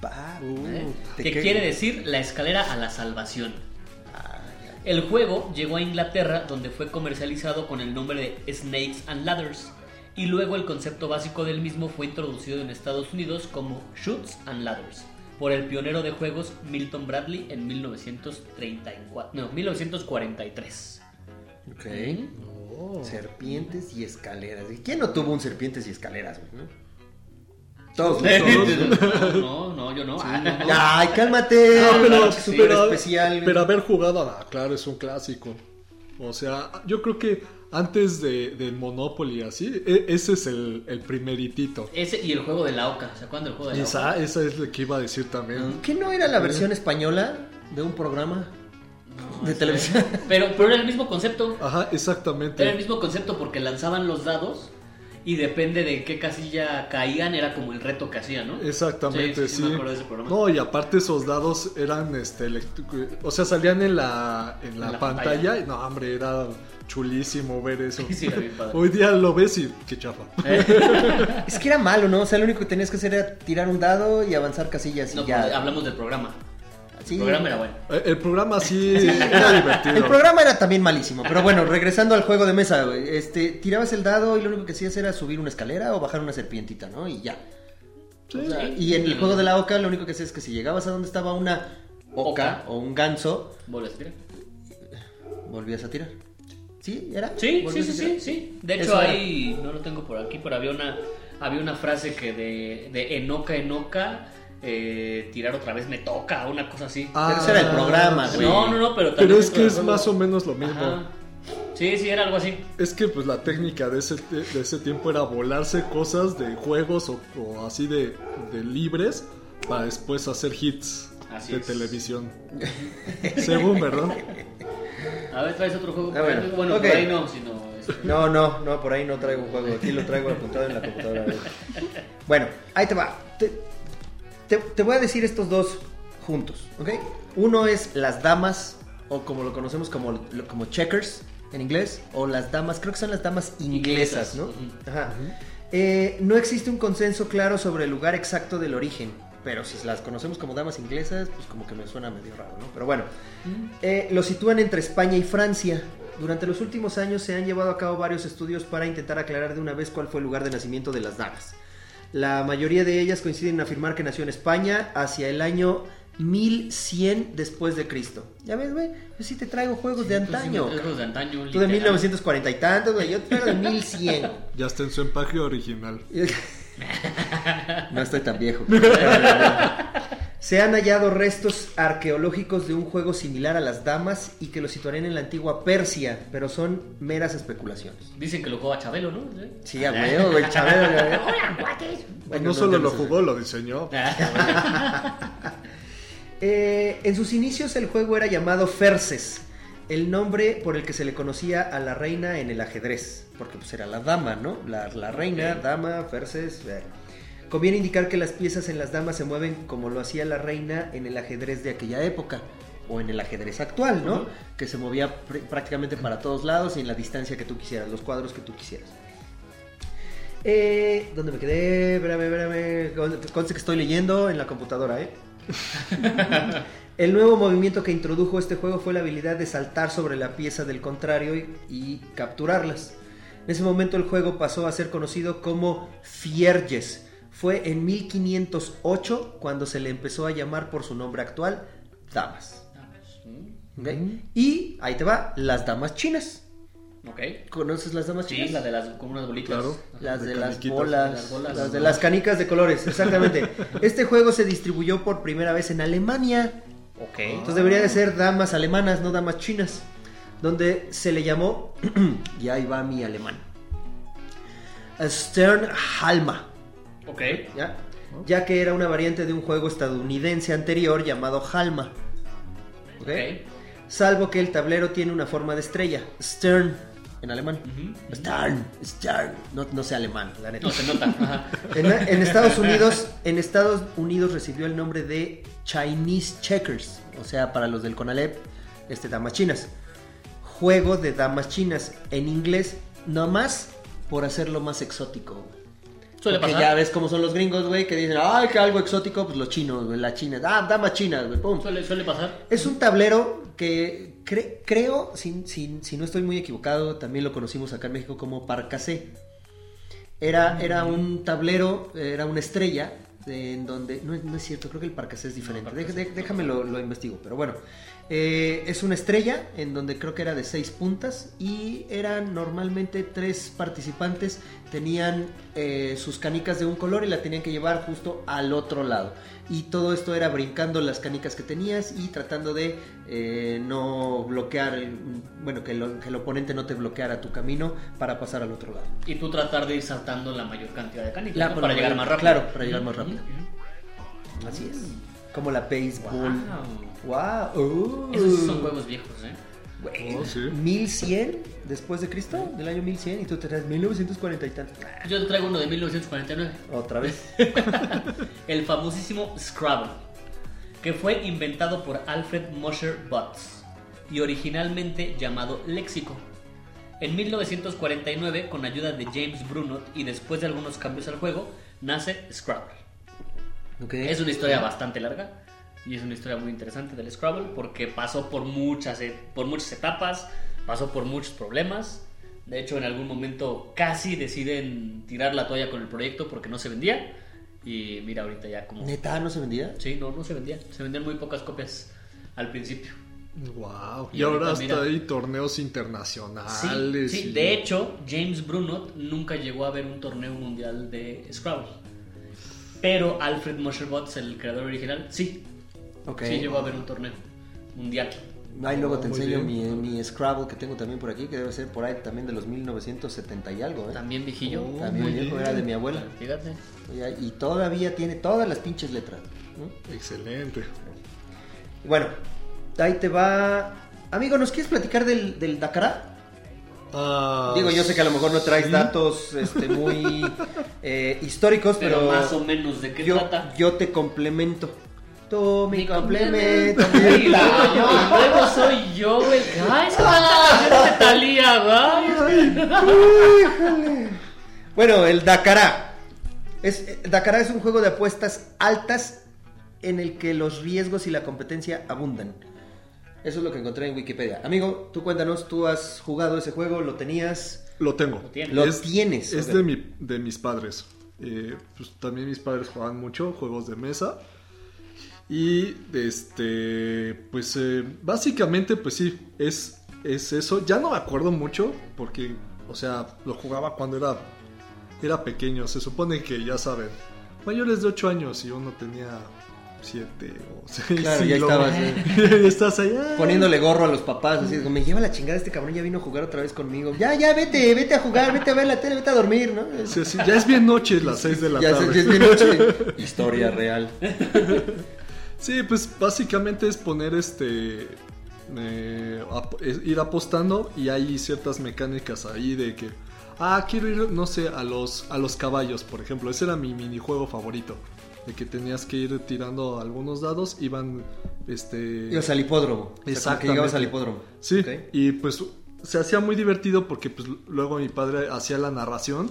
S1: Pa, uh,
S2: ¿eh?
S1: te
S2: que
S1: que-
S2: quiere decir la escalera a la salvación.
S1: Ah, ya.
S2: El juego llegó a Inglaterra donde fue comercializado con el nombre de Snakes and Ladders y luego el concepto básico del mismo fue introducido en Estados Unidos como Shoots and Ladders por el pionero de juegos Milton Bradley en 1934, no, 1943.
S1: Ok.
S3: No.
S1: Serpientes y escaleras. ¿Y ¿Quién no tuvo un serpientes y escaleras, güey? no? Todos. ¿no?
S2: No, no, yo no.
S1: Ay, cálmate.
S3: Ah, pero,
S1: Claro que sí,
S3: pero-
S1: era especial. güey.
S3: pero haber jugado, ah, claro, es un clásico. O sea, yo creo que antes de, del Monopoly, así, e- ese es el, el primeritito.
S2: Ese y el juego de la Oca, ¿se acuerdan del juego de la Oca?
S3: Esa, esa es lo que iba a decir también.
S1: ¿Qué no era la versión española de un programa de televisión?
S2: Pero, pero era el mismo concepto.
S3: Ajá,
S2: Era el
S3: exactamente.
S2: mismo concepto porque lanzaban los dados y depende de qué casilla caían, era como el reto que hacían, ¿no?
S3: Exactamente, sí.
S2: me acuerdo de ese programa.
S3: no, y aparte esos dados eran este electri- o sea, salían en la en la,
S2: la
S3: pantalla.
S2: pantalla.
S3: y No, hombre, era chulísimo ver eso.
S2: Sí, era bien padre.
S3: Hoy día lo ves y qué chafa.
S1: es que era malo, ¿no? O sea, lo único que tenías que hacer era tirar un dado y avanzar casillas y
S2: No, pues,
S1: ya.
S2: hablamos del programa.
S1: Sí.
S2: El programa era bueno.
S3: Eh, El programa sí era divertido.
S1: El programa era también malísimo, pero bueno, regresando al juego de mesa, güey, este, tirabas el dado y lo único que hacías era subir una escalera o bajar una serpientita, ¿no? Y ya.
S3: Sí.
S1: O sea, y en el juego de la oca lo único que hacías es que si llegabas a donde estaba una oca,
S2: Oca.
S1: o un ganso,
S2: ¿Vuelves a tirar?
S1: volvías a tirar. ¿Sí? ¿Era?
S2: Sí, sí,
S1: ¿Volvías
S2: sí,
S1: a
S2: sí,
S1: tirar?
S2: sí. De
S1: Eso
S2: hecho,
S1: era.
S2: ahí no lo tengo por aquí, pero había una había una frase que de, de enoca, enoca, eh, tirar otra vez me toca, una cosa así.
S3: Ah,
S1: Pero ese era el programa, güey.
S2: no, no, no, pero
S3: Pero
S2: también
S3: es
S2: dentro
S3: que
S2: del
S3: es
S2: juego-
S3: más o menos lo mismo.
S2: Ajá. Sí, sí, era algo así.
S3: Es que pues la técnica de ese, de ese tiempo era volarse cosas de juegos o, o así de, de libres para después hacer hits
S2: Así
S3: de
S2: es.
S3: televisión. Según, ¿verdad?
S2: A ver, traes otro juego.
S1: Ah, bueno.
S2: bueno,
S1: Ok.
S2: por ahí no, sino. este,
S1: No, no, no, por ahí no traigo un juego. Aquí lo traigo apuntado en la computadora. güey. Bueno, ahí te va. Te, te- te voy a decir estos dos juntos, ¿ok? Uno es las damas, o como lo conocemos como, lo- como checkers en inglés, o las damas, creo que son las damas inglesas, ¿no?
S2: Inglesas,
S1: Ajá. Eh, no existe un consenso claro sobre el lugar exacto del origen, pero si las conocemos como damas inglesas, pues como que me suena medio raro, ¿no? Pero bueno, eh, lo sitúan entre España y Francia. Durante los últimos años se han llevado a cabo varios estudios para intentar aclarar de una vez cuál fue el lugar de nacimiento de las damas. La mayoría de ellas coinciden en afirmar que nació en España hacia el año 1100 después de Cristo. Ya ves, güey, yo sí te traigo juegos de
S2: Entonces,
S1: antaño.
S2: sí,
S1: cabrón.
S2: Juegos de antaño.
S1: Tú de
S2: literal.
S1: 1940 y tantos, güey, yo te traigo de 1100.
S3: Ya está en su empaque original.
S1: No estoy tan viejo. Se han hallado restos arqueológicos de un juego similar a las damas y que lo situarían en la antigua Persia, pero son meras especulaciones.
S2: Dicen que lo jugaba Chabelo, ¿no? Ah,
S1: Sí, a huevo, güey, Chabelo, güey. Bueno,
S3: no solo
S1: yo
S3: lo
S1: sé.
S3: jugó, lo diseñó.
S1: Eh, en sus inicios el juego era llamado Ferses, el nombre por el que se le conocía a la reina en el ajedrez, porque pues era la dama, ¿no? La, la reina, dama, Ferses. eh. Conviene indicar que las piezas en las damas se mueven como lo hacía la reina en el ajedrez de aquella época, o en el ajedrez actual, ¿no?
S3: Ujú.
S1: Que se movía pr- prácticamente para todos lados y en la distancia que tú quisieras, los cuadros que tú quisieras. Eh, ¿Dónde me quedé? Espérame, espérame. Con- Conste que estoy leyendo en la computadora, ¿eh? El nuevo movimiento que introdujo este juego fue la habilidad de saltar sobre la pieza del contrario y, y capturarlas. En ese momento el juego pasó a ser conocido como Fierges. Fue en 1508 cuando se le empezó a llamar por su nombre actual, damas.
S2: Ah, pues, mm,
S1: ¿Ok?
S3: Mm.
S1: Y ahí te va, las damas chinas.
S2: Ok.
S1: ¿Conoces las damas
S2: Sí,
S1: chinas?
S2: la de las con unas bolitas.
S3: Claro.
S2: Ajá.
S1: Las de,
S3: De
S1: las
S3: caniquitas.
S1: bolas,
S2: Las bolas.
S1: las de las canicas de colores, exactamente. este juego se distribuyó por primera vez en Alemania.
S2: Ok.
S1: Entonces debería de ser damas alemanas, no damas chinas, donde se le llamó, y ahí va mi alemán, Sternhalma,
S2: Ok.
S1: ¿ya? ya que era una variante de un juego estadounidense anterior llamado Halma. ¿ok?
S2: Ok.
S1: Salvo que el tablero tiene una forma de estrella, Stern, en alemán. Stern, Stern, no, no sé alemán, la neta.
S2: No se nota. Ajá.
S1: En, en Estados Unidos, en Estados Unidos recibió el nombre de Chinese Checkers, o sea, para los del CONALEP, este damas chinas. Juego de damas chinas en inglés, nomás por hacerlo más exótico. güey.
S2: Suele
S1: Porque
S2: pasar.
S1: ya ves cómo son los gringos, güey, que dicen, ay, que algo exótico, pues los chinos, güey, las chinas, ah, damas chinas, güey, pum.
S2: Suele, suele pasar.
S1: Es un tablero que cre- creo, si, si- si no estoy muy equivocado, también lo conocimos acá en México como Parcasé. Era, era un tablero, era una estrella, eh, en donde... No, es- no es cierto, creo que el Parcasé es diferente.
S2: Parcasé
S1: Dej-
S2: es
S1: dej- déjame lo, lo investigo, pero bueno. Eh, es una estrella en donde creo que era de seis puntas y eran normalmente tres participantes tenían eh, sus canicas de un color y la tenían que llevar justo al otro lado y todo esto era brincando las canicas que tenías y tratando de eh, no bloquear el- bueno que, lo- que el oponente no te bloqueara tu camino para pasar al otro lado
S2: Y tú tratar de ir saltando la mayor cantidad de canicas
S1: La-
S2: ¿no?
S1: por
S2: para
S1: la
S2: llegar
S1: mayor-
S2: más rápido. Mm,
S1: claro, para llegar más rápido.
S2: Ujú.
S1: así es Mm. como la béisbol
S2: Wow.
S1: wow,
S2: ah,
S1: Uh.
S2: Esos sí son juegos viejos, ¿eh?
S1: Güey,
S3: Oh, sí.
S1: 1100 después de Cristo, del año 1100, y tú tenías 1940 y tanto.
S2: Yo te traigo uno de 1949.
S1: Otra vez.
S2: El famosísimo Scrabble, que fue inventado por Alfred Mosher Butts y originalmente llamado léxico. En 1949, con ayuda de James Brunot y después de algunos cambios al juego, nace Scrabble.
S1: Ok.
S2: Es una historia bastante larga y es una historia muy interesante del Scrabble porque pasó por muchas, eh, por muchas etapas, pasó por muchos problemas. De hecho, en algún momento casi deciden tirar la toalla con el proyecto porque no se vendía. Y mira, ahorita ya como...
S1: ¿Neta no se vendía?
S2: Sí, no, no se vendía. Se vendían muy pocas copias al principio.
S3: Wow. Y,
S2: Y
S3: ahora
S2: ahorita,
S3: hasta
S2: mira.
S3: hay torneos
S2: Sí,
S3: internacionales.
S2: sí,
S3: y-
S2: de hecho, James Brunot nunca llegó a ver un torneo mundial de Scrabble. Pero Alfred Mosherbotz, el creador original, sí,
S1: Ok.
S2: sí llegó a ver un torneo mundial.
S1: Ahí luego te
S3: Oh, Muy
S1: enseño mi,
S3: bien.
S1: mi Scrabble que tengo también por aquí, que debe ser por ahí también de los 1970 y algo, ¿eh?
S2: También viejillo.
S3: Oh,
S1: También
S3: muy
S1: viejo,
S3: bien.
S1: era de mi abuela.
S2: Fíjate.
S1: Y y todavía tiene todas las pinches letras. ¿no?
S3: Excelente.
S1: Y Bueno, ahí te va. Amigo, ¿nos quieres platicar del, del Dakará?
S3: Ah,
S1: Digo, yo sé que a lo mejor no traes
S3: sí.
S1: datos este, muy eh, históricos,
S2: Pero,
S1: pero,
S2: más o menos, ¿de qué
S1: yo,
S2: trata?
S1: yo te complemento. Tú mi
S2: Mi
S1: complemento.
S2: Sí, la- y luego soy yo, güey. Ay, es que la Talía, güey.
S1: Bueno, el Dakará. Es, el Dakará es un juego de apuestas altas en el que los riesgos y la competencia abundan. Eso es lo que encontré en Wikipedia. Amigo, tú cuéntanos, tú has jugado ese juego, lo tenías.
S3: Lo tengo.
S2: Lo tiene.
S1: Lo tienes.
S3: Es
S1: ok.
S3: de, mi- de mis padres. Eh, pues, también mis padres jugaban mucho juegos de mesa. Y este, pues eh, básicamente, pues sí, es, es eso. Ya no me acuerdo mucho porque, o sea, lo jugaba cuando era, era pequeño. Se supone que ya saben, mayores de 8 años y uno tenía 7 o 6.
S1: Claro, ya estabas, eh,
S3: estás ahí. ah,
S1: Poniéndole gorro a los papás, así como me lleva la chingada este cabrón, ya vino a jugar otra vez conmigo. Ya, ya, vete, vete a jugar, vete a ver la tele, vete a dormir, ¿no?
S3: sí, sí, ya es bien noche, las 6 de la
S1: ya,
S3: tarde.
S1: se- ya es bien noche. Historia real.
S3: Sí, pues básicamente es poner este. eh, ap- es ir apostando y hay ciertas mecánicas ahí de que. Ah, quiero ir, no sé, a los, a los caballos, por ejemplo. Ese era mi minijuego favorito. De que tenías que ir tirando algunos dados, iban. Este.
S1: Ibas al hipódromo. O sea, como que
S3: Exactamente.
S1: llegabas al hipódromo.
S3: Sí,
S1: Ok.
S3: y pues se hacía muy divertido porque pues luego mi padre hacía la narración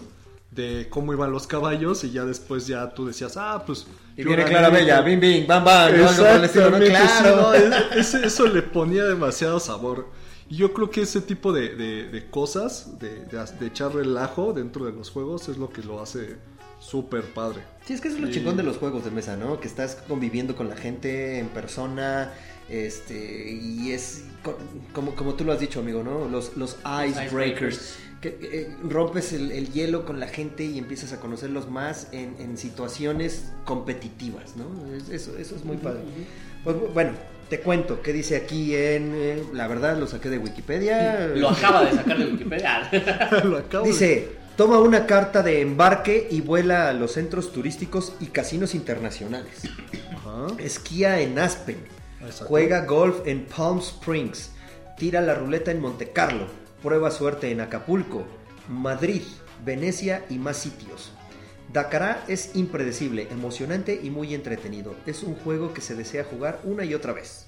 S3: de cómo iban los caballos y ya después ya tú decías, ah, pues...
S1: Y
S3: yo
S1: viene
S3: gané,
S1: Clara Bella, bim, bim, bam, bam. Ah, ¿no? Algo por el estilo, ¿no?
S3: Exactamente,
S1: Claro.
S3: sí, no, es- es- eso le ponía demasiado sabor. Y yo creo que ese tipo de, de- de cosas, de, de, de echar relajo dentro de los juegos, es lo que lo hace súper padre.
S1: Sí, es que eso es lo
S3: Sí.
S1: chingón de los juegos de mesa, ¿no? Que estás conviviendo con la gente en persona, este, y es co- como, como tú lo has dicho, amigo, ¿no? Los, los icebreakers.
S2: icebreakers.
S1: Que, eh, rompes el, el hielo con la gente y empiezas a conocerlos más en, en situaciones competitivas, ¿no? Es- Eso, eso es muy padre. Pues bu- bueno, te cuento qué dice aquí en... eh, la verdad, lo saqué de Wikipedia.
S2: Lo acaba de sacar de Wikipedia.
S3: Lo acabo de-
S1: Dice, toma una carta de embarque y vuela a los centros turísticos y casinos internacionales.
S3: Ajá,
S1: Esquía en Aspen.
S3: exacto.
S1: Juega golf en Palm Springs. Tira la ruleta en Monte Carlo. Prueba suerte en Acapulco, Madrid, Venecia y más sitios. Dakará es impredecible, emocionante y muy entretenido. Es un juego que se desea jugar una y otra vez.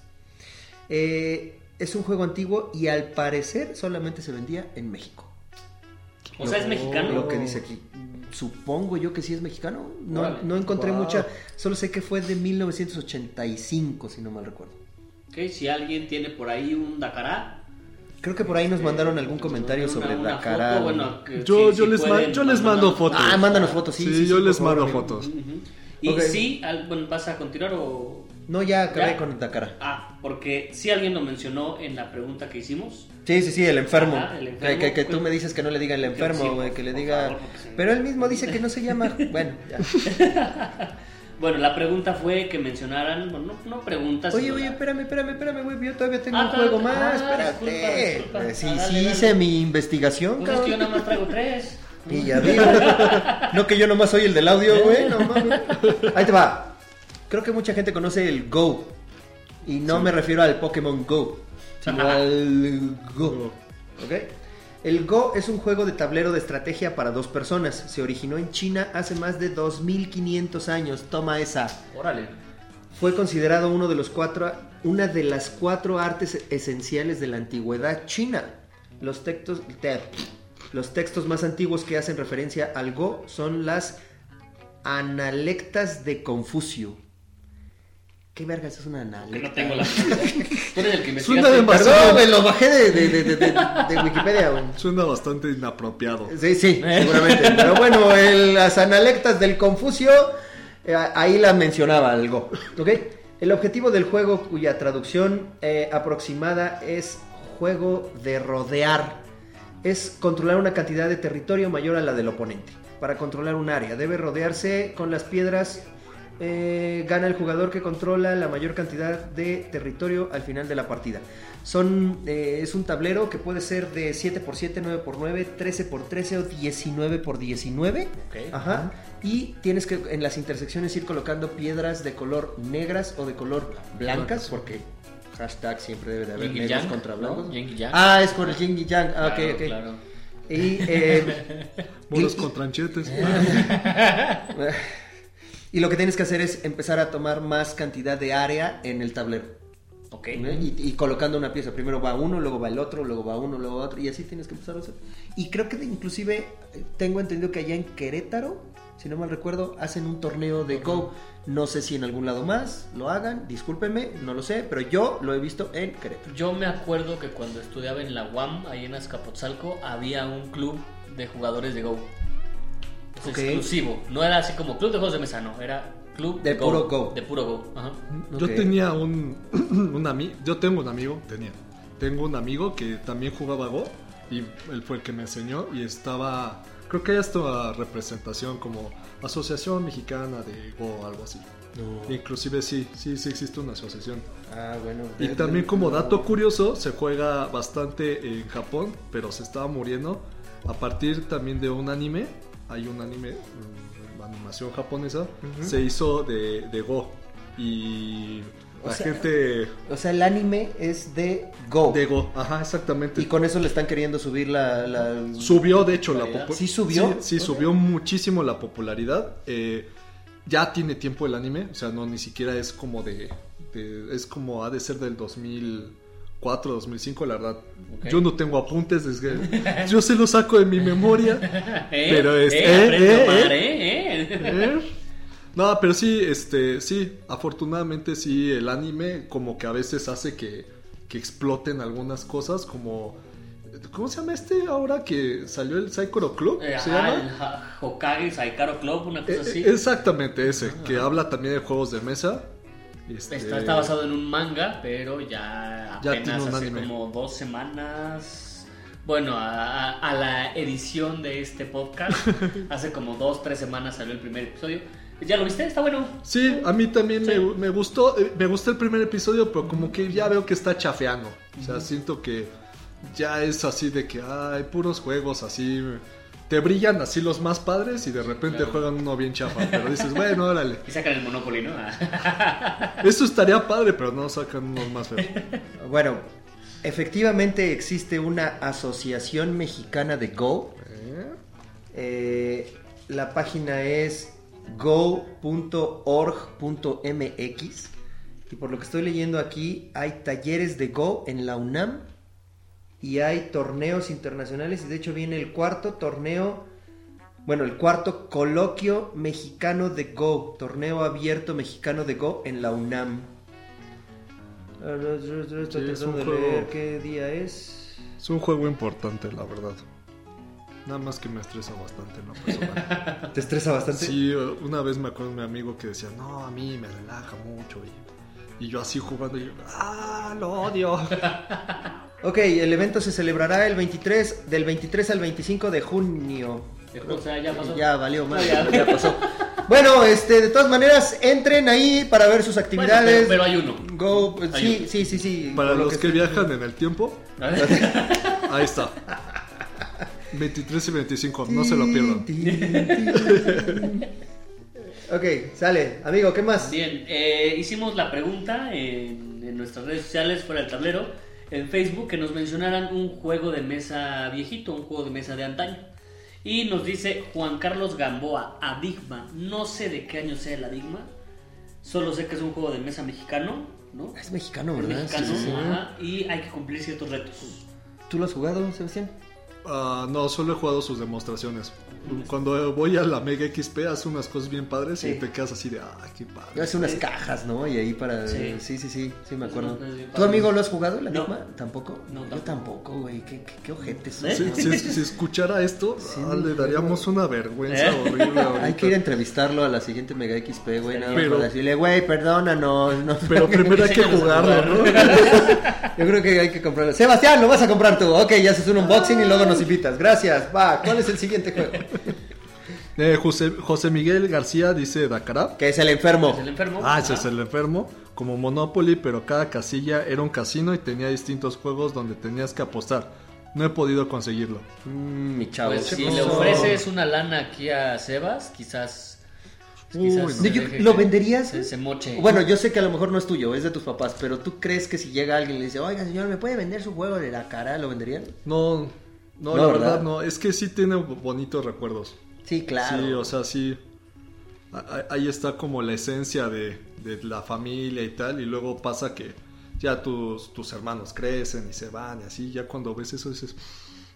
S1: Eh, es un juego antiguo y al parecer solamente se vendía en México.
S2: O sea, es
S1: Lo
S2: mexicano.
S1: que dice aquí. Supongo yo que sí es mexicano. No,
S2: Órale.
S1: no encontré
S3: Wow.
S1: mucha. Solo sé que fue de 1985, si no mal recuerdo.
S2: Ok, si alguien tiene por ahí un Dakará.
S1: Creo que por ahí nos
S2: eh,
S1: mandaron algún comentario
S2: una-
S1: sobre
S2: una
S1: la
S2: foto,
S1: cara.
S2: bueno, que
S3: Yo-
S2: sí,
S3: yo
S2: sí
S3: les
S2: pueden,
S3: man- yo les mando
S2: mandamos-
S3: fotos.
S1: ah, mándanos fotos, sí.
S3: Sí, yo
S1: por
S3: les
S1: favor,
S3: mando
S1: amigo.
S3: fotos.
S2: Ujú. Y
S1: Ok.
S2: sí, al- bueno, ¿vas a continuar o...?
S1: No, ya acabé
S2: ¿Ya?
S1: con la cara.
S2: Ah, porque si alguien lo mencionó en la pregunta que hicimos.
S1: Sí, sí, sí, el enfermo.
S2: Ajá, el
S1: Que-
S2: enfermo.
S1: Que,
S2: pues.
S1: que tú me dices que no le diga el
S2: Que sí,
S1: enfermo, güey, que le
S2: por
S1: diga.
S2: favor, porque si no-
S1: Pero él mismo dice que no se llama. Bueno, ya.
S2: Bueno, la pregunta fue que mencionaran... Bueno, no, no preguntas.
S1: Oye,
S2: sino
S1: oye,
S2: la-
S1: espérame, espérame, espérame, güey. Yo todavía tengo
S2: Ah,
S1: un juego
S2: ah,
S1: más.
S2: disculpa,
S1: espérate.
S2: disculpa.
S1: Eh, Sí,
S2: Ah,
S1: sí,
S2: dale, dale.
S1: hice mi investigación,
S2: Pues es que yo
S1: cabrón.
S2: nada más traigo tres.
S1: Y ya digo. No que yo nomás soy el del audio, güey. No mames. Ahí te va. Creo que mucha gente conoce el Go. Y no me refiero al Pokémon Go, sino al Go. ¿Ok? El Go es un juego de tablero de estrategia para dos personas. Se originó en China hace más de 2500 años. Toma esa.
S2: Órale.
S1: Fue considerado uno de los cuatro, una de las cuatro artes esenciales de la antigüedad china. Los textos, te- los textos más antiguos que hacen referencia al Go son las analectas de Confucio. ¿Qué vergas es una
S2: Que
S1: analecta?
S2: no tengo la... Tú eres el que me
S3: Suena
S1: Perdón,
S3: demasiado-
S1: me lo bajé de, de- de- de- de- de Wikipedia. güey.
S3: Suena bastante inapropiado.
S1: Sí, sí, seguramente. Pero bueno, el- las analectas del Confucio, eh, ahí las mencionaba algo. ¿Ok? El objetivo del juego, cuya traducción eh, aproximada es juego de rodear, es controlar una cantidad de territorio mayor a la del oponente. Para controlar un área, debe rodearse con las piedras. eh, gana el jugador que controla la mayor cantidad de territorio al final de la partida. Son, eh, es un tablero que puede ser de 7x7, 9x9, 13x13 o 19x19.
S2: Ok.
S1: Ajá. Y tienes que en las intersecciones ir colocando piedras de color negras o de color blancas, porque hashtag siempre debe de haber
S2: Yin y
S1: negros
S2: yang,
S1: contra
S2: ¿no?
S1: blancos.
S2: Yin y yang.
S1: Ah, es con el yin y yang. Ah, ok,
S2: Claro,
S1: ok.
S2: claro.
S1: Y, eh,
S3: Bolos
S1: y-
S3: con tranchetes.
S1: Ah, y lo que tienes que hacer es empezar a tomar más cantidad de área en el tablero.
S2: Ok.
S1: ¿no? Y, y colocando una pieza. Primero va uno, luego va el otro, luego va uno, luego otro. Y así tienes que empezar a hacer. Y creo que de- inclusive eh, tengo entendido que allá en Querétaro, si no mal recuerdo, hacen un torneo de Go. No sé si en algún lado más lo hagan. Discúlpenme, no lo sé. Pero yo lo he visto en Querétaro.
S2: Yo me acuerdo que cuando estudiaba en la UAM, ahí en Azcapotzalco, había un club de jugadores de Go. Es
S1: Ok.
S2: Exclusivo. No era así como club de juegos de mesa, no. Era club
S1: De puro Go.
S2: De puro Go. Ajá.
S3: Yo
S1: Ok.
S3: tenía un, un amigo, yo tengo un amigo, tenía, tengo un amigo que también jugaba Go y él fue el que me enseñó y estaba, creo que hay esta representación como Asociación Mexicana de Go, algo así.
S1: Oh.
S3: Inclusive sí, sí, sí existe una asociación.
S1: Ah, bueno.
S3: Y
S1: De-
S3: también
S1: de-
S3: como
S1: no.
S3: dato curioso, se juega bastante en Japón, pero se estaba muriendo a partir también de un anime, hay un anime, mm, animación japonesa, se hizo de, de Go. Y
S1: O
S3: la
S1: sea,
S3: gente
S1: O sea, el anime es de Go.
S3: de Go, ajá, exactamente.
S1: Y con eso le están queriendo subir la... la-
S3: Subió, de hecho, la
S2: ¿Popularidad?
S3: popu-
S1: ¿Sí subió?
S3: Sí, sí, subió muchísimo la popularidad. Eh, ya tiene tiempo el anime, o sea, no, ni siquiera es como de... de- es como ha de ser del 2004, 2005, la verdad.
S2: Ok.
S3: Yo no tengo apuntes, es que yo se los saco de mi memoria. Pero es-
S1: este,
S3: eh,
S2: aprende
S3: eh,
S2: a amar, eh, eh.
S3: ¿Eh? No, pero sí, este, sí, afortunadamente sí, el anime como que a veces hace que, que exploten algunas cosas, como... ¿Cómo se llama este ahora que salió el Psycho Club?
S2: Eh, ajá,
S3: ¿Se llama?
S2: el Ha- Hokage Saikaro Club, una cosa
S3: Eh,
S2: así.
S3: Exactamente ese, que habla también de juegos de mesa. Este,
S2: Ah. Está, está basado en un manga, pero ya
S3: Ya
S2: apenas
S3: tiene un
S2: hace
S3: anime.
S2: como dos semanas. Bueno, a, a- a la edición de este podcast, hace como dos, tres semanas salió el primer episodio. ¿Ya lo viste? Está bueno.
S3: Sí, a mí también me,
S2: Sí.
S3: me gustó, eh, me gustó el primer episodio, pero como que ya veo que está chafeando. O sea, siento que ya es así de que hay puros juegos así, te brillan así los más padres y de repente
S2: claro.
S3: juegan uno bien chafa, pero dices, bueno, órale.
S2: Y sacan el Monopoly, ¿no?
S3: Eso estaría padre, pero no sacan unos más feos.
S1: Bueno, efectivamente existe una asociación mexicana de Go.
S3: ¿Eh?
S1: Eh, la página es go.org.mx. Y por lo que estoy leyendo aquí, hay talleres de Go en la UNAM. Y hay torneos internacionales. Y de hecho viene el cuarto torneo. Bueno, el cuarto coloquio mexicano de Go. Torneo abierto mexicano de Go en la UNAM. Estoy
S3: Sí, es un
S1: tratando de
S3: juego.
S1: leer qué día es.
S3: Es un juego importante, la verdad. Nada más que me estresa bastante en lo personal.
S1: Te estresa bastante.
S3: Sí, una vez me acuerdo de mi amigo que decía, no, a mí me relaja mucho. Y, y yo así jugando, y yo, ah, lo odio.
S1: Ok, el evento se celebrará el 23, del 23 al 25 de junio.
S2: O sea, ya pasó.
S1: Ya valió más,
S2: Ya.
S1: ya. pasó. Bueno, este, de todas maneras, entren ahí para ver sus
S2: Bueno,
S1: actividades.
S2: pero, pero hay uno.
S1: Go, pues,
S2: Hay
S1: sí,
S2: uno.
S1: sí, sí, sí.
S3: Para
S1: por lo
S3: los que viajan en el tiempo, ahí está. 23 y 25, no se lo pierdan.
S1: ok, sale. Amigo, ¿qué más?
S2: Bien, eh, hicimos la pregunta en, en nuestras redes sociales, fuera del tablero, en Facebook, que nos mencionaran un juego de mesa viejito, un juego de mesa de antaño. Y nos dice Juan Carlos Gamboa, Adigma. No sé de qué año sea el Adigma, solo sé que es un juego de mesa mexicano, ¿no?
S1: Es mexicano,
S2: Es
S1: ¿verdad?
S2: mexicano,
S1: Sí, sí, sí.
S2: ajá, y hay que cumplir ciertos retos.
S1: ¿Tú lo has jugado, Sebastián?
S3: Ah, no, solo he jugado sus demostraciones. Cuando voy a la Mega XP hace unas cosas bien padres y
S1: Sí.
S3: te quedas así de, ah, qué padre.
S1: Hace unas cajas, ¿no? Y ahí para. Sí,
S2: Pues, eh, Sí. Pues,
S1: sí, sí, sí, me
S2: Es
S1: acuerdo.
S2: una- es bien
S1: ¿Tu
S2: padre.
S1: amigo lo has jugado, el
S2: No.
S1: Enigma? ¿Tampoco?
S2: No,
S1: Yo
S2: tampoco. ¿Eh?
S1: tampoco, güey. Qué, qué, qué ojete son.
S3: Si, si- si escuchara esto,
S1: ¿eh? Sí,
S3: ah, le
S1: no.
S3: daríamos una vergüenza
S2: ¿Eh?
S3: horrible.
S1: Hay
S3: ahorita.
S1: que ir a entrevistarlo a la siguiente Mega XP, güey. Nada más
S3: Pero-
S1: para decirle, güey, perdónanos. No,
S3: Pero primero hay que
S2: Enséñanos a
S3: jugarlo, ¿no?
S1: Yo creo que hay que comprarlo. Sebastián, lo vas a comprar tú. Ok, ya haces un unboxing y luego nos invitas. Gracias. Va, ¿cuál es el siguiente juego?
S3: Eh, José, José Miguel García dice Dakarab.
S1: que es el enfermo.
S2: Es el enfermo.
S3: Ah, ese es
S2: Ajá.
S3: el enfermo. Como Monopoly, pero cada casilla era un casino y tenía distintos juegos donde tenías que apostar. No he podido conseguirlo.
S1: Mm, mi chavo.
S2: Pues si
S1: ¿qué
S2: le
S1: pasó?
S2: ofreces una lana aquí a Sebas, quizás.
S3: Uy,
S2: quizás
S3: no.
S2: se
S1: Yo-
S2: deje
S1: ¿Lo
S2: que
S1: venderías?
S2: Se, se moche.
S1: Bueno, yo sé que a lo mejor no es tuyo, es de tus papás, pero ¿tú crees que si llega alguien y le dice, oiga señor, ¿me puede vender su juego de la cara? ¿Lo venderían?
S3: No, no,
S1: No,
S3: la
S1: ¿verdad?
S3: verdad no. Es que sí tiene bonitos recuerdos.
S1: Sí, claro.
S3: Sí, o sea, sí. A- a- Ahí está como la esencia de, de la familia y tal. Y luego pasa que ya tus, tus hermanos crecen y se van y así. Ya cuando ves eso dices,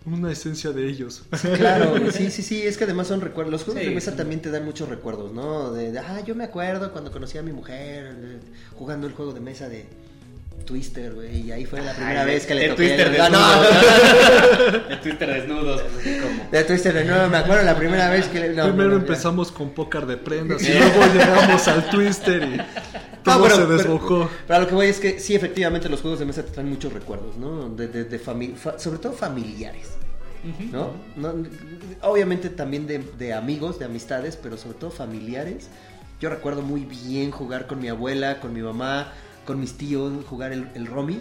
S3: una esencia de ellos.
S1: Claro, sí, sí, sí, es que además son recuerdos. Los juegos
S2: Sí,
S1: de mesa
S2: sí.
S1: también te dan muchos recuerdos, ¿no? De, de, ah, yo me acuerdo cuando conocí a mi mujer eh, jugando el juego de mesa de Twister, güey, y ahí fue la primera
S2: Ay,
S1: vez que le
S2: de
S1: toqué.
S2: Twitter
S1: el- No, no,
S2: desnudos.
S1: no,
S2: De Twitter desnudos. pues, así como.
S1: de Twister de nuevo, me acuerdo la primera vez que le... no,
S3: Primero
S1: no, no, ya.
S3: empezamos con pócar de prendas y
S2: Sí.
S3: luego llegamos al twister y todo
S1: No, pero-
S3: se
S1: pero-
S3: desbocó.
S1: Pero, a lo que voy es que sí, efectivamente, los juegos de mesa te traen muchos recuerdos, ¿no? De, de- de fami- fa- sobre todo familiares,
S2: Ujú.
S1: ¿no? No, obviamente también de, de amigos, de amistades, pero sobre todo familiares. Yo recuerdo muy bien jugar con mi abuela, con mi mamá, con mis tíos, jugar el, el Romy.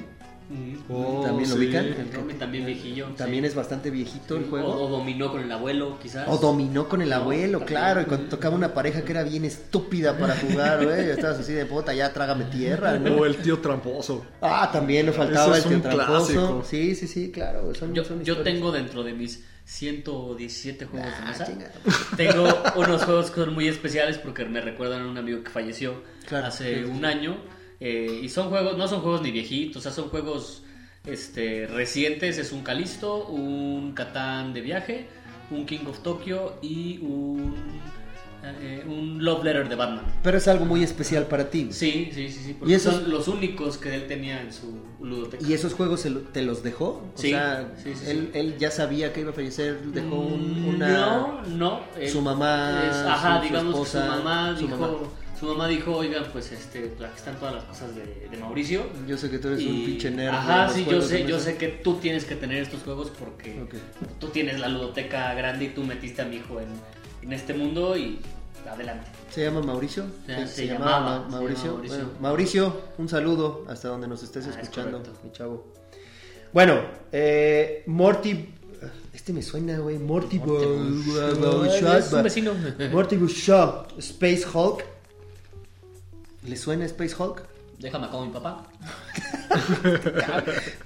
S2: Ujú.
S3: Oh,
S1: ¿También lo
S3: sí.
S1: ubican?
S2: El Romy también viejillo,
S1: También
S2: sí.
S1: es bastante viejito el
S2: O, o
S1: juego.
S2: dominó con el abuelo, quizás.
S1: O dominó con el
S2: No,
S1: abuelo,
S2: también.
S1: claro. Y cuando tocaba una pareja que era bien estúpida para jugar, güey. Estabas así de puta, ya trágame tierra, ¿no?
S3: O el tío tramposo.
S1: Ah, también nos faltaba
S3: Eso es
S1: el
S3: un
S1: tío tramposo.
S3: clásico.
S1: Sí, sí, sí, claro. son-
S2: Yo,
S1: son
S2: yo
S1: historias.
S2: tengo dentro de mis 117 juegos de
S1: Ah,
S2: mesa.
S1: chinga.
S2: Tengo unos juegos que son muy especiales porque me recuerdan a un amigo que falleció
S1: Claro,
S2: hace
S1: sí, sí.
S2: un año. eh, y son juegos, no son juegos ni viejitos, o sea, son juegos este, recientes. Es un Calisto, un Catán de viaje, un King of Tokyo y un, eh, un Love Letter de Batman.
S1: Pero es algo muy especial para ti.
S2: Sí, sí, sí, sí. Porque
S1: ¿Y esos-
S2: son los únicos que él tenía en su ludoteca.
S1: ¿Y esos juegos se lo- te los dejó? O
S2: Sí,
S1: sea,
S2: sí, sí,
S1: él,
S2: sí.
S1: él ya sabía que iba a fallecer, dejó un-
S2: Mm,
S1: una...
S2: No, no. él
S1: su mamá,
S2: es- ajá,
S1: su- su
S2: digamos que
S1: esposa,
S2: su mamá
S1: su
S2: dijo.
S1: mamá.
S2: Su mamá dijo, oigan, pues este, pues, aquí están todas las cosas de, de Mauricio.
S1: Yo sé que tú eres un
S2: Y-
S1: pinche nerd. de
S2: Ajá,
S1: los
S2: sí, yo
S1: juegos de
S2: sé, yo
S1: mesa.
S2: sé que tú tienes que tener estos juegos porque
S1: Ok.
S2: tú tienes la ludoteca grande y tú metiste a mi hijo en, en este mundo y adelante.
S1: ¿Se llama Mauricio?
S2: Ya, se llamaba,
S1: Ma-
S2: se
S1: Mauricio.
S2: llamaba Mauricio.
S1: Bueno, Mauricio, un saludo hasta donde nos estés
S2: Ah, es
S1: escuchando,
S2: correcto.
S1: mi chavo. Bueno, eh, Morty... Este me suena, güey. Morty...
S2: Es un vecino.
S1: Morty Shaw, Space Hulk. ¿Le suena Space Hulk?
S2: Déjame acá con mi papá.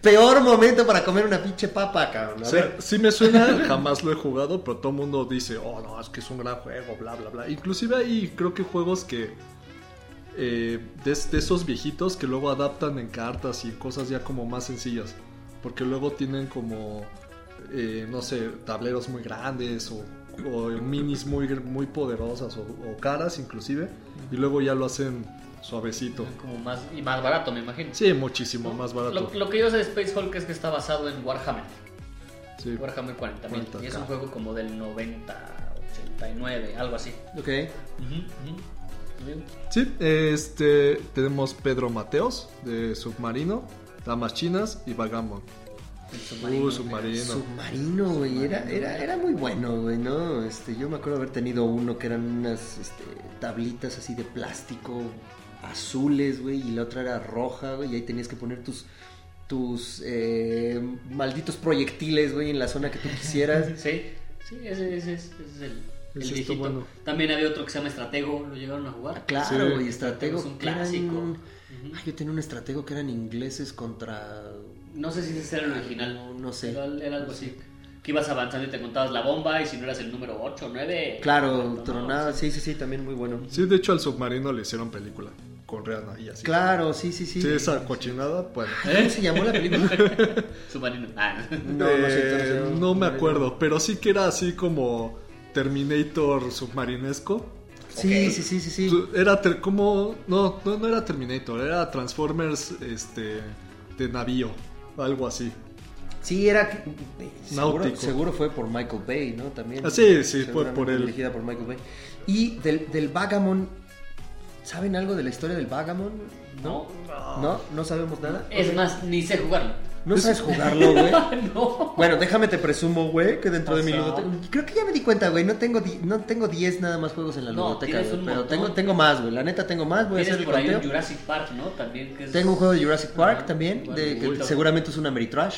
S1: Peor momento para comer una pinche papa, cabrón. A
S3: Sí,
S1: ver.
S3: sí me suena, jamás lo he jugado, pero todo el mundo dice, oh no, es que es un gran juego, bla, bla, bla. Inclusive hay creo que juegos que... eh, de, de esos viejitos que luego adaptan en cartas y en cosas ya como más sencillas. Porque luego tienen como, eh, no sé, tableros muy grandes o, o minis muy, muy poderosas o, o caras inclusive. Y luego ya lo hacen suavecito.
S2: Como más, y más barato, me imagino.
S3: Sí, muchísimo más barato.
S2: Lo, lo que yo sé de Space Hulk es que está basado en Warhammer.
S3: Sí.
S2: Warhammer 40.000
S3: 40K.
S2: y es un juego como del 90, 89, algo así.
S1: Ok.
S3: Sí, este, tenemos Pedro Mateos de Submarino, Damas Chinas y Vagamon.
S2: El submarino.
S3: Uh, Submarino.
S1: Submarino, güey, era, era, era muy bueno, güey, ¿no? Este, yo me acuerdo haber tenido uno que eran unas este, tablitas así de plástico azules, güey, y la otra era roja, güey, y ahí tenías que poner tus tus eh, malditos proyectiles, güey, en la zona que tú quisieras.
S2: Sí, sí, ese, ese es- ese es el, el
S3: está
S2: viejito.
S3: bueno.
S2: También había otro que se llama Estratego, lo llegaron a jugar.
S1: Ah, Claro,
S3: Sí.
S1: güey, estratego.
S2: Es un
S1: que eran-
S2: clásico.
S1: Ay, yo tenía un estratego que eran ingleses contra...
S2: No sé si ese era el original.
S1: No, no sé.
S2: Era, era algo así. Que ibas avanzando y te contabas la bomba y si no eras el número 8 o 9.
S1: Claro,
S2: no,
S1: tronada, sí, sí, sí, también muy bueno.
S3: Sí, de hecho al Submarino le hicieron película. con Rihanna y así.
S1: Claro, sí, sí, sí.
S3: Sí, esa cochinada, bueno.
S1: Ay, ¿Cómo se llamó la película?
S2: Submarino. Ah,
S1: No, no
S3: Eh,
S1: sé, entonces, yo-
S3: no me acuerdo, pero sí que era así como Terminator submarinesco.
S1: Sí,
S2: Ok.
S1: sí, sí, sí, sí.
S3: Tú- Era ter- como. No, no, no era Terminator, era Transformers este, de navío, algo así.
S1: Sí, era. Seguro,
S3: Náutico.
S1: seguro fue por Michael Bay, ¿no? También.
S3: Ah, sí, sí, fue
S1: Seguramente
S3: por él.
S1: Dirigida por Michael Bay. Y del, del Vagamon. ¿Saben algo de la historia del Vagamon?
S2: no. Eh.
S1: ¿No? ¿No sabemos nada?
S2: Es
S1: Ok.
S2: más, ni sé jugarlo. Ah,
S1: No sabes jugarlo, güey.
S2: no.
S1: Bueno, déjame te presumo, güey, que dentro de mi
S2: Pasó.
S1: ludoteca. Creo que ya me di cuenta, güey. No tengo, di- no tengo 10 nada más juegos en la
S2: No,
S1: ludoteca,
S2: tienes
S1: güey.
S2: un
S1: Pero
S2: montón.
S1: tengo, tengo más, güey. La neta tengo más. Voy a hacer
S2: Tienes
S1: el
S2: por ahí
S1: conteo.
S2: un Jurassic Park, ¿no? También que es...
S1: Tengo un juego de Jurassic Park
S2: Ajá,
S1: también,
S2: igual,
S1: de, que
S2: igual.
S1: seguramente es un Ameritrash.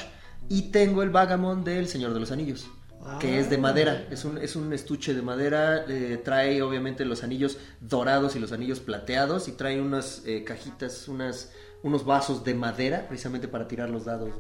S1: Y tengo el Vagamon del Señor de los Anillos, que es de madera. Es un, es un estuche de madera. eh, trae obviamente los anillos dorados y los anillos plateados. Y trae unas eh, cajitas, unas, unos vasos de madera, precisamente para tirar los dados.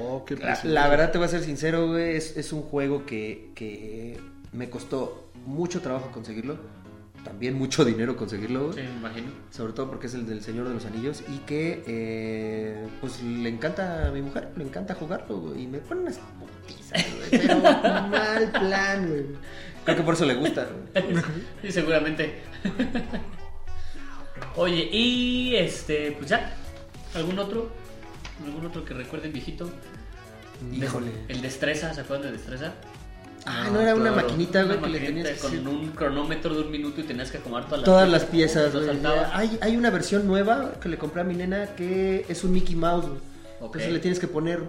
S3: Oh, qué
S1: La,
S3: precioso.
S1: la verdad, te voy a ser sincero, güey, es, es un juego que, que me costó mucho trabajo conseguirlo. También mucho dinero conseguirlo, güey
S2: Sí, me imagino.
S1: sobre todo porque es el del Señor de los Anillos y que eh, pues le encanta a mi mujer, le encanta jugarlo güey, y me pone unas putizas, güey, pero mal plan, güey. Creo que por eso le gusta. güey.
S2: Sí, seguramente. Oye, y este, pues ya. ¿Algún otro? ¿Algún otro que recuerden, viejito?
S1: Híjole.
S2: El destreza, ¿se acuerdan de destreza?
S1: Ah, no era una
S3: claro.
S1: maquinita, güey,
S2: Una
S1: que le
S2: maquinita
S1: tenías que
S2: con
S1: hacer
S2: un cronómetro de un minuto y tenías que acomodar todas las
S1: todas las piezas,
S2: Lo
S1: güey.
S2: saltabas.
S1: Hay, hay una versión nueva que le compré a mi nena que es un Mickey Mouse, güey.
S2: Ok.
S1: Entonces pues le tienes que poner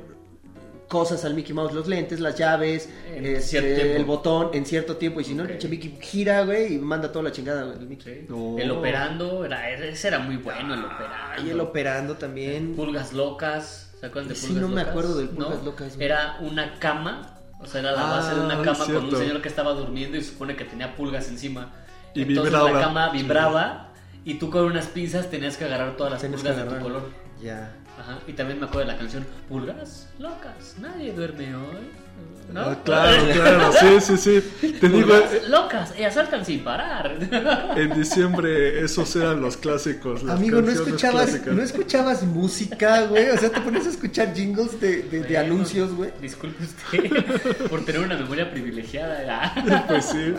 S1: cosas al Mickey Mouse, los lentes, las llaves,
S2: En
S1: este,
S2: cierto tiempo.
S1: el botón en cierto tiempo y si no el
S2: Ok.
S1: pinche Mickey gira, güey, y manda toda la chingada, güey, el Mickey.
S2: Sí.
S3: No.
S2: El operando, era, ese era muy bueno, el operando.
S1: Ah, Y el operando también.
S2: Pulgas locas. ¿Se acuerdan de
S1: Sí,
S2: pulgas
S1: no me
S2: locas?
S1: acuerdo del pulgas locas, güey.
S2: Era una cama. O sea, era la
S3: Ah,
S2: base de una
S3: es
S2: cama con un
S3: cierto.
S2: señor que estaba durmiendo y se supone que tenía pulgas encima.
S3: Y
S2: Entonces la
S3: vibraba.
S2: cama vibraba y tú con unas pinzas tenías que agarrar todas las
S1: Tenías
S2: pulgas
S1: que
S2: de tu
S1: agarrar.
S2: color.
S1: Ya.
S2: Ajá. Y también me acuerdo de la canción Pulgas locas, nadie duerme hoy. ¿No?
S3: Ah, claro, claro, sí, sí, sí. Te digo, eh,
S2: Pulgas locas y asaltan sin parar.
S3: en diciembre esos eran los clásicos. las
S1: Amigo, ¿no
S3: canciones
S1: escuchabas,
S3: clásicas.
S1: ¿no escuchabas música, güey? O sea, te pones a escuchar jingles de, de- de
S2: Bueno,
S1: anuncios, güey.
S2: Disculpe usted por tener una memoria privilegiada. ¿verdad?
S3: Pues sí.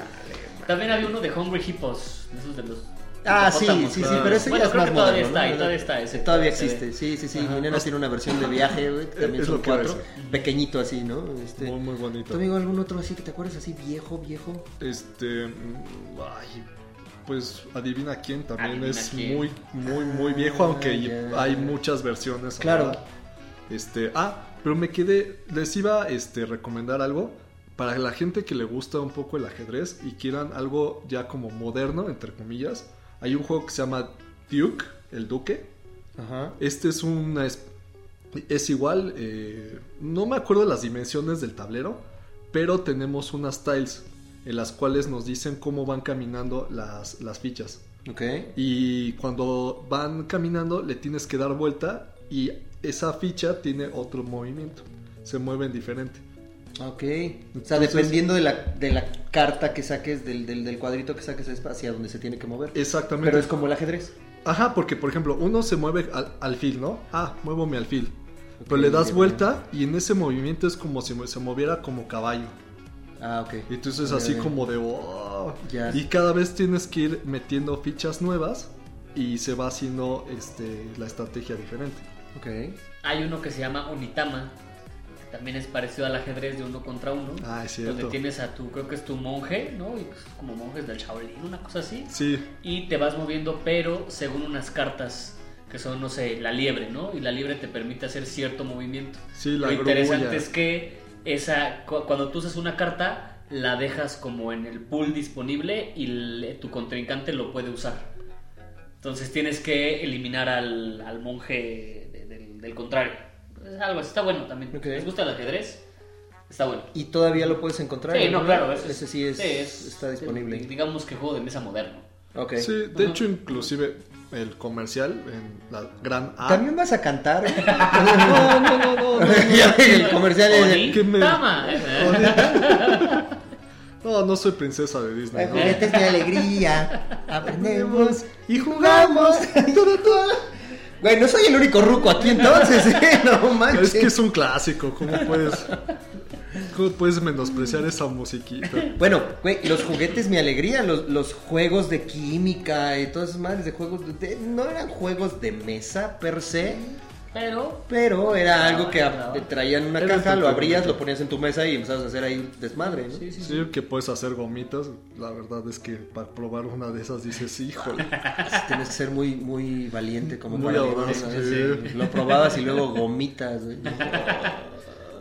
S2: También había uno de Hungry Hippos, de esos de los.
S1: Ah, sí,
S2: hipopótamos,
S1: sí, sí,
S2: claro.
S1: pero ese
S2: bueno,
S1: ya es
S2: creo
S1: más
S2: que todavía
S1: moderno,
S2: está, ahí,
S1: ¿no?
S2: todavía está ese.
S1: Todavía
S2: se ve.
S1: existe, sí, sí, sí. Mi nena tiene una versión de viaje, güey, que también
S3: Eh, Es
S1: son
S3: lo que iba a
S1: cuatro. Pequeñito así, ¿no? Este,
S3: Muy, muy
S1: ¿Tú,
S3: bonito.
S1: amigo, algún otro así que te acuerdas así viejo, viejo?
S3: Este. mm, Ay, pues adivina quién también
S2: Adivina
S3: es
S2: quién.
S3: muy, muy, muy viejo,
S1: Ah,
S3: aunque
S1: ya.
S3: hay muchas versiones.
S1: Claro.
S3: ahora. Este. Ah, pero me quedé. Les iba a este, recomendar algo. Para la gente que le gusta un poco el ajedrez y quieran algo ya como moderno, entre comillas, hay un juego que se llama Duke, el Duque.
S1: Ajá.
S3: Este es una. Es, es igual. eh, no me acuerdo las dimensiones del tablero. Pero tenemos unas tiles. En las cuales nos dicen cómo van caminando las, las fichas.
S1: Ok.
S3: Y cuando van caminando, le tienes que dar vuelta. Y esa ficha tiene otro movimiento. Se mueven diferente.
S1: Ok. o sea,
S3: Ah, Entonces-
S1: dependiendo de la, de la carta que saques, del, del, del cuadrito que saques, es hacia donde se tiene que mover.
S3: Exactamente.
S1: Pero es como el ajedrez.
S3: Ajá, porque por ejemplo, uno se mueve al alfil, ¿no? Ah, muevo mi alfil. Pero
S1: Ok,
S3: Pues le das
S1: ya.
S3: vuelta y en ese movimiento es como si se moviera como caballo.
S1: Ah, ok.
S3: Y Entonces así
S1: Ya, ya.
S3: como de... "Oh".
S1: Ya.
S3: Y cada vez tienes que ir metiendo fichas nuevas y se va haciendo este, la estrategia diferente.
S1: Ok.
S2: Hay uno que se llama Onitama, que también es parecido al ajedrez de uno contra uno.
S3: Ah, es
S2: Donde
S3: cierto.
S2: tienes a tu, creo que es tu monje, ¿no? Y es como monjes del Shaolin, una cosa así.
S3: Sí,
S2: Y te vas moviendo, pero según unas cartas que son, no sé, la liebre, ¿no? Y la liebre te permite hacer cierto movimiento.
S3: sí, la
S2: Lo interesante
S3: grulla.
S2: es que esa, cu- cuando tú usas una carta, la dejas como en el pool disponible y le- tu contrincante lo puede usar. Entonces tienes que eliminar al, al monje de- del, del contrario. Es algo así, está bueno también.
S1: Ok.
S2: ¿Les gusta el ajedrez? Está bueno.
S1: Y todavía lo puedes encontrar.
S2: Sí, no, claro. eso
S1: Ese sí es,
S2: sí, es-
S1: está disponible.
S2: Digamos que juego de mesa moderno.
S1: Ok.
S3: Sí, de hecho inclusive el comercial en la gran A...
S1: También vas a cantar.
S3: No, no, no, no, no.
S1: Ya, el comercial es.
S2: eh,
S3: ¿Qué me-
S2: Onitama.
S3: Ahorita. No, No, no soy princesa de Disney.
S1: El
S3: ¿no?
S1: juguete es mi alegría. Aprendemos
S3: y
S1: jugamos. Güey, no soy el único ruco aquí entonces, ¿eh? No manches.
S3: Es que es un clásico, ¿cómo puedes, cómo puedes menospreciar esa musiquita?
S1: Bueno, güey, los juguetes mi alegría, los, los juegos de química y todas esas madres de juegos. de- de- no eran juegos de mesa per se,
S2: Pero
S1: pero era algo que
S2: claro.
S1: te traían una caja,
S3: Era
S1: lo
S3: entretenimiento.
S1: abrías, lo ponías en tu mesa y empezabas a hacer ahí un desmadre, ¿no?
S2: sí, sí, sí.
S3: Sí, que puedes hacer gomitas. La verdad es que para probar una de esas dices, híjole.
S1: Tienes que ser muy, muy valiente como
S3: Muy
S1: para
S3: audaz,
S1: ¿sabes?
S3: sí.
S1: Lo probabas y luego gomitas, güey.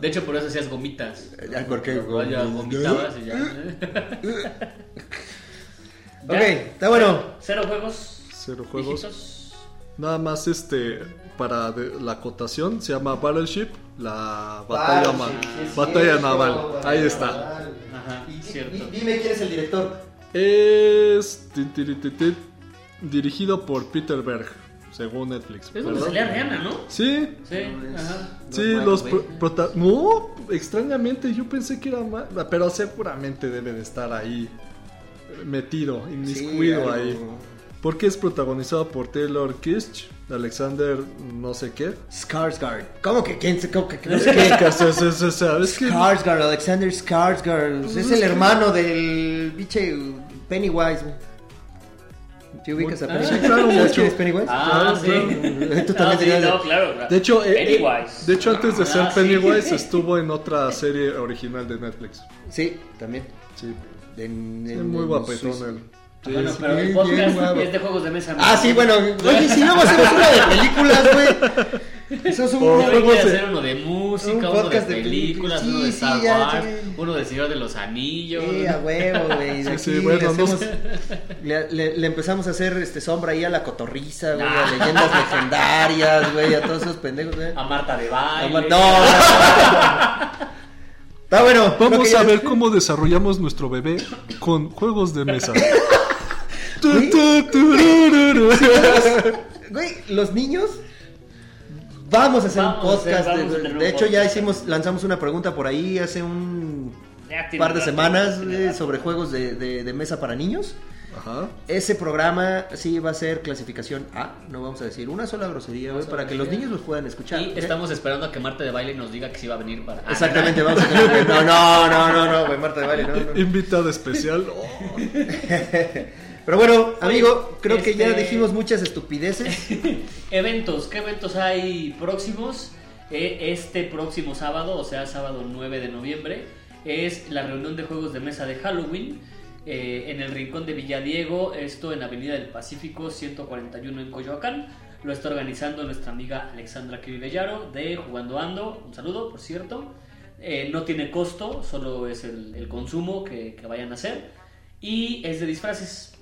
S2: De hecho, por eso hacías gomitas.
S1: Ay, ¿Por qué
S2: Vaya,
S1: gomitas?
S2: vomitabas y ya.
S1: Ok, está bueno.
S2: Cero juegos.
S3: Cero juegos.
S2: hijitos.
S3: Nada más este para de- la acotación se llama Battleship, la batalla,
S1: Battleship,
S3: ma-
S1: sí, es
S3: batalla
S1: cierto,
S3: naval.
S1: batalla
S3: Ahí está.
S1: naval.
S2: Ajá,
S1: Y- y-
S2: cierto.
S1: y- Dime quién es el director.
S3: Es ti, ti, ti, ti, ti, dirigido por Peter Berg, según Netflix.
S2: Es donde
S3: ¿verdad?
S2: salía Rihanna, ¿no?
S3: Sí,
S2: Sí,
S1: No es-
S2: ajá.
S3: sí,
S1: Michael
S3: los
S1: Bay.
S3: pro- prota- no, extrañamente yo pensé que era más, pero seguramente debe de estar ahí eh, metido, inmiscuido
S1: Sí, algo-
S3: ahí. Porque es protagonizado por Taylor Kitsch, Alexander no sé qué.
S1: Skarsgård. ¿Cómo que quién se cómo que- que no
S3: Es
S1: sé
S3: que,
S1: qué?
S3: es, es, es, es- es que
S1: Skarsgård, Alexander Skarsgård.
S3: Pues
S1: Es
S3: es
S1: el
S3: que-
S1: hermano del biche Pennywise, güey. ¿Te ubicas a
S3: Ah,
S1: Pennywise?
S3: sí, claro,
S1: ¿Sabes
S3: mucho.
S1: quién es Pennywise?
S2: Ah,
S3: Claro,
S2: sí.
S1: claro. Tú
S2: Ah,
S1: también
S2: sí,
S1: tenías-
S2: no, claro. claro.
S3: De hecho, eh,
S2: Pennywise.
S3: de hecho antes de ser
S2: Ah, sí.
S3: Pennywise estuvo en otra serie original de Netflix.
S1: Sí, también.
S3: Sí,
S1: En-
S3: es
S1: en-
S3: muy
S1: en
S3: guapetón
S1: Suiza.
S3: él. Sí,
S2: Ah, Bueno,
S3: sí,
S2: pero el
S3: bien, bien
S2: podcast
S3: guapo.
S2: es de juegos de mesa.
S1: Ah, sí, bueno, oye, si luego hacemos una de películas, güey. Eso es un
S2: Yo
S3: Por
S1: juego.
S2: venía a
S3: juegos de-
S2: hacer uno de música,
S1: un
S2: uno de
S1: podcast de
S2: películas,
S1: películas.
S2: uno de
S1: Sí,
S2: Star
S1: sí, ya,
S2: Wars,
S1: sí.
S2: uno de Señor de los Anillos.
S1: Sí, a huevo, güey.
S3: Sí,
S1: Aquí
S3: sí,
S1: le,
S3: bueno, no-
S1: hacemos- le, le- le empezamos a hacer este sombra ahí a la cotorriza, güey, a
S2: Ah.
S1: leyendas legendarias, güey, a todos esos pendejos, güey.
S2: A Marta de Baile.
S1: No, no, no. Está bueno. creo que
S3: Vamos
S1: ya-
S3: a ver cómo desarrollamos nuestro bebé con juegos de mesa. Tu,
S1: ¿Sí?
S3: tu, turururu.
S1: Güey, los niños. Vamos a hacer
S2: Vamos
S1: un
S2: a hacer-
S1: podcast. de-
S2: vamos a
S1: de,
S2: tener un
S1: hecho, ya
S2: podcast.
S1: hicimos, lanzamos una pregunta por ahí hace un
S2: Ya tiene
S1: par de
S2: rato,
S1: semanas
S2: tiene
S1: güey,
S2: rato.
S1: sobre juegos de, de- de mesa para niños.
S3: Ajá.
S1: Ese programa sí va a ser clasificación A. No vamos a decir una sola grosería, güey, para que los niños los puedan escuchar. ¿eh?
S2: Y
S1: ¿ok?
S2: estamos esperando a que Marta de Baile nos diga que sí va a venir para. Ah,
S1: Exactamente, vamos a tener que- No, no, no, no, no, güey, Marta de Baile, no, no, no.
S3: Invitada especial. Oh,
S1: Pero bueno, amigo, creo que ya
S2: este-
S1: dijimos muchas estupideces.
S2: Eventos, ¿qué eventos hay próximos? Eh, este próximo sábado, o sea, sábado 9 de noviembre, es la reunión de juegos de mesa de Halloween eh, en el Rincón de Villadiego, esto en la Avenida del Pacífico 141 en Coyoacán. Lo está organizando nuestra amiga Alexandra Kiribellaro de Jugando Ando, un saludo, por cierto. Eh, no tiene costo, solo es el, el consumo que, que vayan a hacer. Y es de disfraces,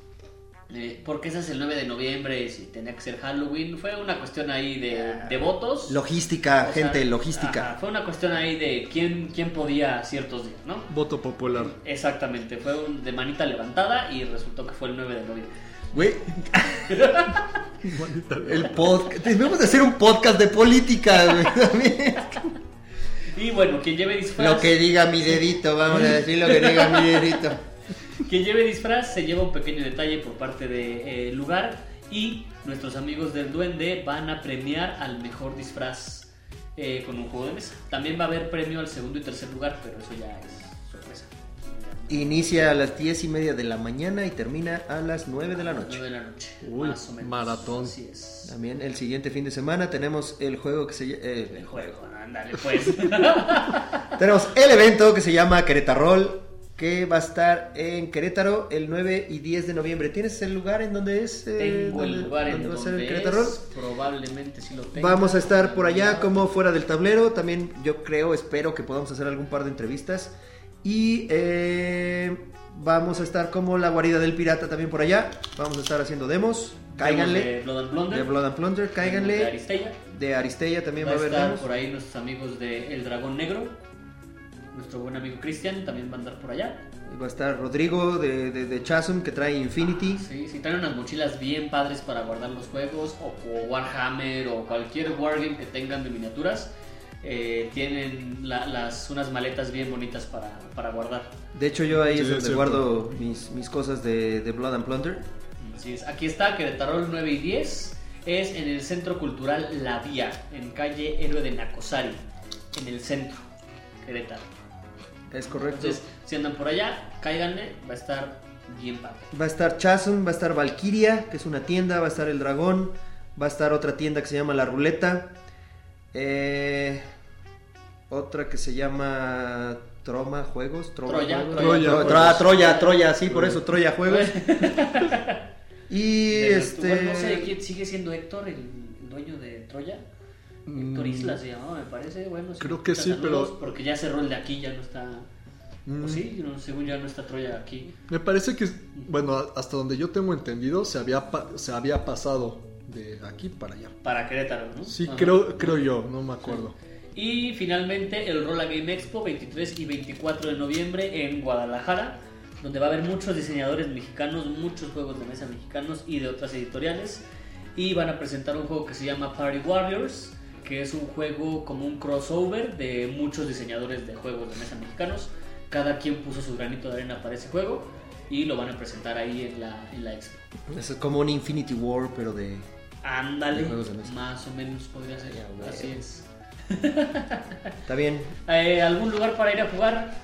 S2: eh, porque ese es el 9 de noviembre, si tenía que ser Halloween, fue una cuestión ahí de, de votos.
S1: Logística,
S2: O sea,
S1: gente, logística.
S2: ajá, fue una cuestión ahí de quién, quién podía ciertos días, ¿no?
S3: voto popular.
S2: Exactamente, fue un- de manita levantada y resultó que fue el 9 de noviembre.
S1: Güey, el podcast. Debemos de hacer un podcast de política, güey. también.
S2: Y bueno, quien lleve disfraz,
S1: Lo que diga mi dedito, vamos a decir lo que diga mi dedito.
S2: quien lleve disfraz se lleva un pequeño detalle por parte del eh, lugar y nuestros amigos del duende van a premiar al mejor disfraz eh, con un juego de mesa. También va a haber premio al segundo y tercer lugar, pero eso ya es sorpresa.
S1: Inicia a las diez y media de la mañana y termina a las 9 de la noche.
S2: 9 de la noche.
S3: Uy,
S2: más o menos.
S3: maratón.
S2: Así es.
S1: También el siguiente fin de semana tenemos el juego que se ll- eh,
S2: El juego, ándale pues.
S1: Tenemos el evento que se llama Querétarol, que va a estar en Querétaro el 9 y 10 de noviembre. ¿Tienes el lugar en donde es? eh,
S2: tengo el
S1: donde-
S2: lugar en
S1: donde va a ser
S2: donde
S1: el Querétarol?
S2: es, probablemente sí lo tengo.
S1: Vamos a estar por allá como fuera del tablero. También yo creo, espero que podamos hacer algún par de entrevistas. Y eh, vamos a estar como la guarida del pirata también por allá. Vamos a estar haciendo demos.
S2: De
S1: Cáiganle.
S2: Blood and Plunder.
S1: De Blood and Plunder,
S2: De
S1: cáiganle.
S2: Aristella.
S1: De Aristella también
S2: Va
S1: va
S2: a
S1: a haber
S2: estar
S1: demos.
S2: por ahí nuestros amigos de El Dragón Negro. Nuestro buen amigo Cristian también va a andar por allá.
S1: Va a estar Rodrigo de, de, de Chasm que trae Infinity.
S2: Sí, sí, traen unas mochilas bien padres para guardar los juegos o, o Warhammer o cualquier Wargame que tengan de miniaturas. eh, tienen la- las, unas maletas bien bonitas para, para guardar.
S1: De hecho, yo ahí
S3: Sí,
S1: es donde
S3: es cierto.
S1: guardo mis, mis cosas de, de Blood and Plunder.
S2: Así es. Aquí está Querétaro 9 y 10. Es en el Centro Cultural La Vía, en calle Héroe de Nacosari, en el centro, Querétaro.
S1: Es correcto.
S2: Entonces, si andan por allá, cáiganle, va a estar bien padre.
S1: Va a estar Chasm, va a estar Valkyria, que es una tienda, va a estar El Dragón, va a estar otra tienda que se llama La Ruleta, eh, otra que se llama Troma Juegos, Troma
S2: Troya,
S1: Juegos.
S2: Troya.
S1: Tro-
S3: Troya
S1: Tra- Troya, Troya, sí, por
S3: Troya.
S1: eso Troya Juegos. y
S2: De Portugal,
S1: este...
S2: pues, No sé quién sigue siendo Héctor, el, el dueño de Troya. Héctor Isla se llamaba, me parece. Bueno, si
S3: Mm. Creo
S2: me
S3: que
S2: escuchas,
S3: sí,
S2: saludos,
S3: pero-
S2: Porque ya cerró el de aquí, ya no está.
S3: Mm.
S2: O sí, no, según ya no está Troya aquí.
S3: Me parece que, bueno, a- hasta donde yo tengo entendido, se había, pa- se había pasado de aquí para allá.
S2: Para Querétaro, ¿no?
S3: Sí,
S2: Ajá.
S3: creo, creo yo, no me acuerdo.
S2: Y finalmente el Rola Game Expo 23 y 24 de noviembre en Guadalajara, donde va a haber muchos diseñadores mexicanos, muchos juegos de mesa mexicanos y de otras editoriales. Y van a presentar un juego que se llama Party Warriors, que es un juego como un crossover de muchos diseñadores de juegos de mesa mexicanos. Cada quien puso su granito de arena para ese juego y lo van a presentar ahí en la, en la expo.
S1: Es como un Infinity War, pero de...
S2: Ándale,
S1: De juegos de mesa.
S2: más o menos podría ser.
S1: Ya, güey.
S2: Así es.
S1: Está bien.
S2: Eh, ¿Algún lugar para ir a jugar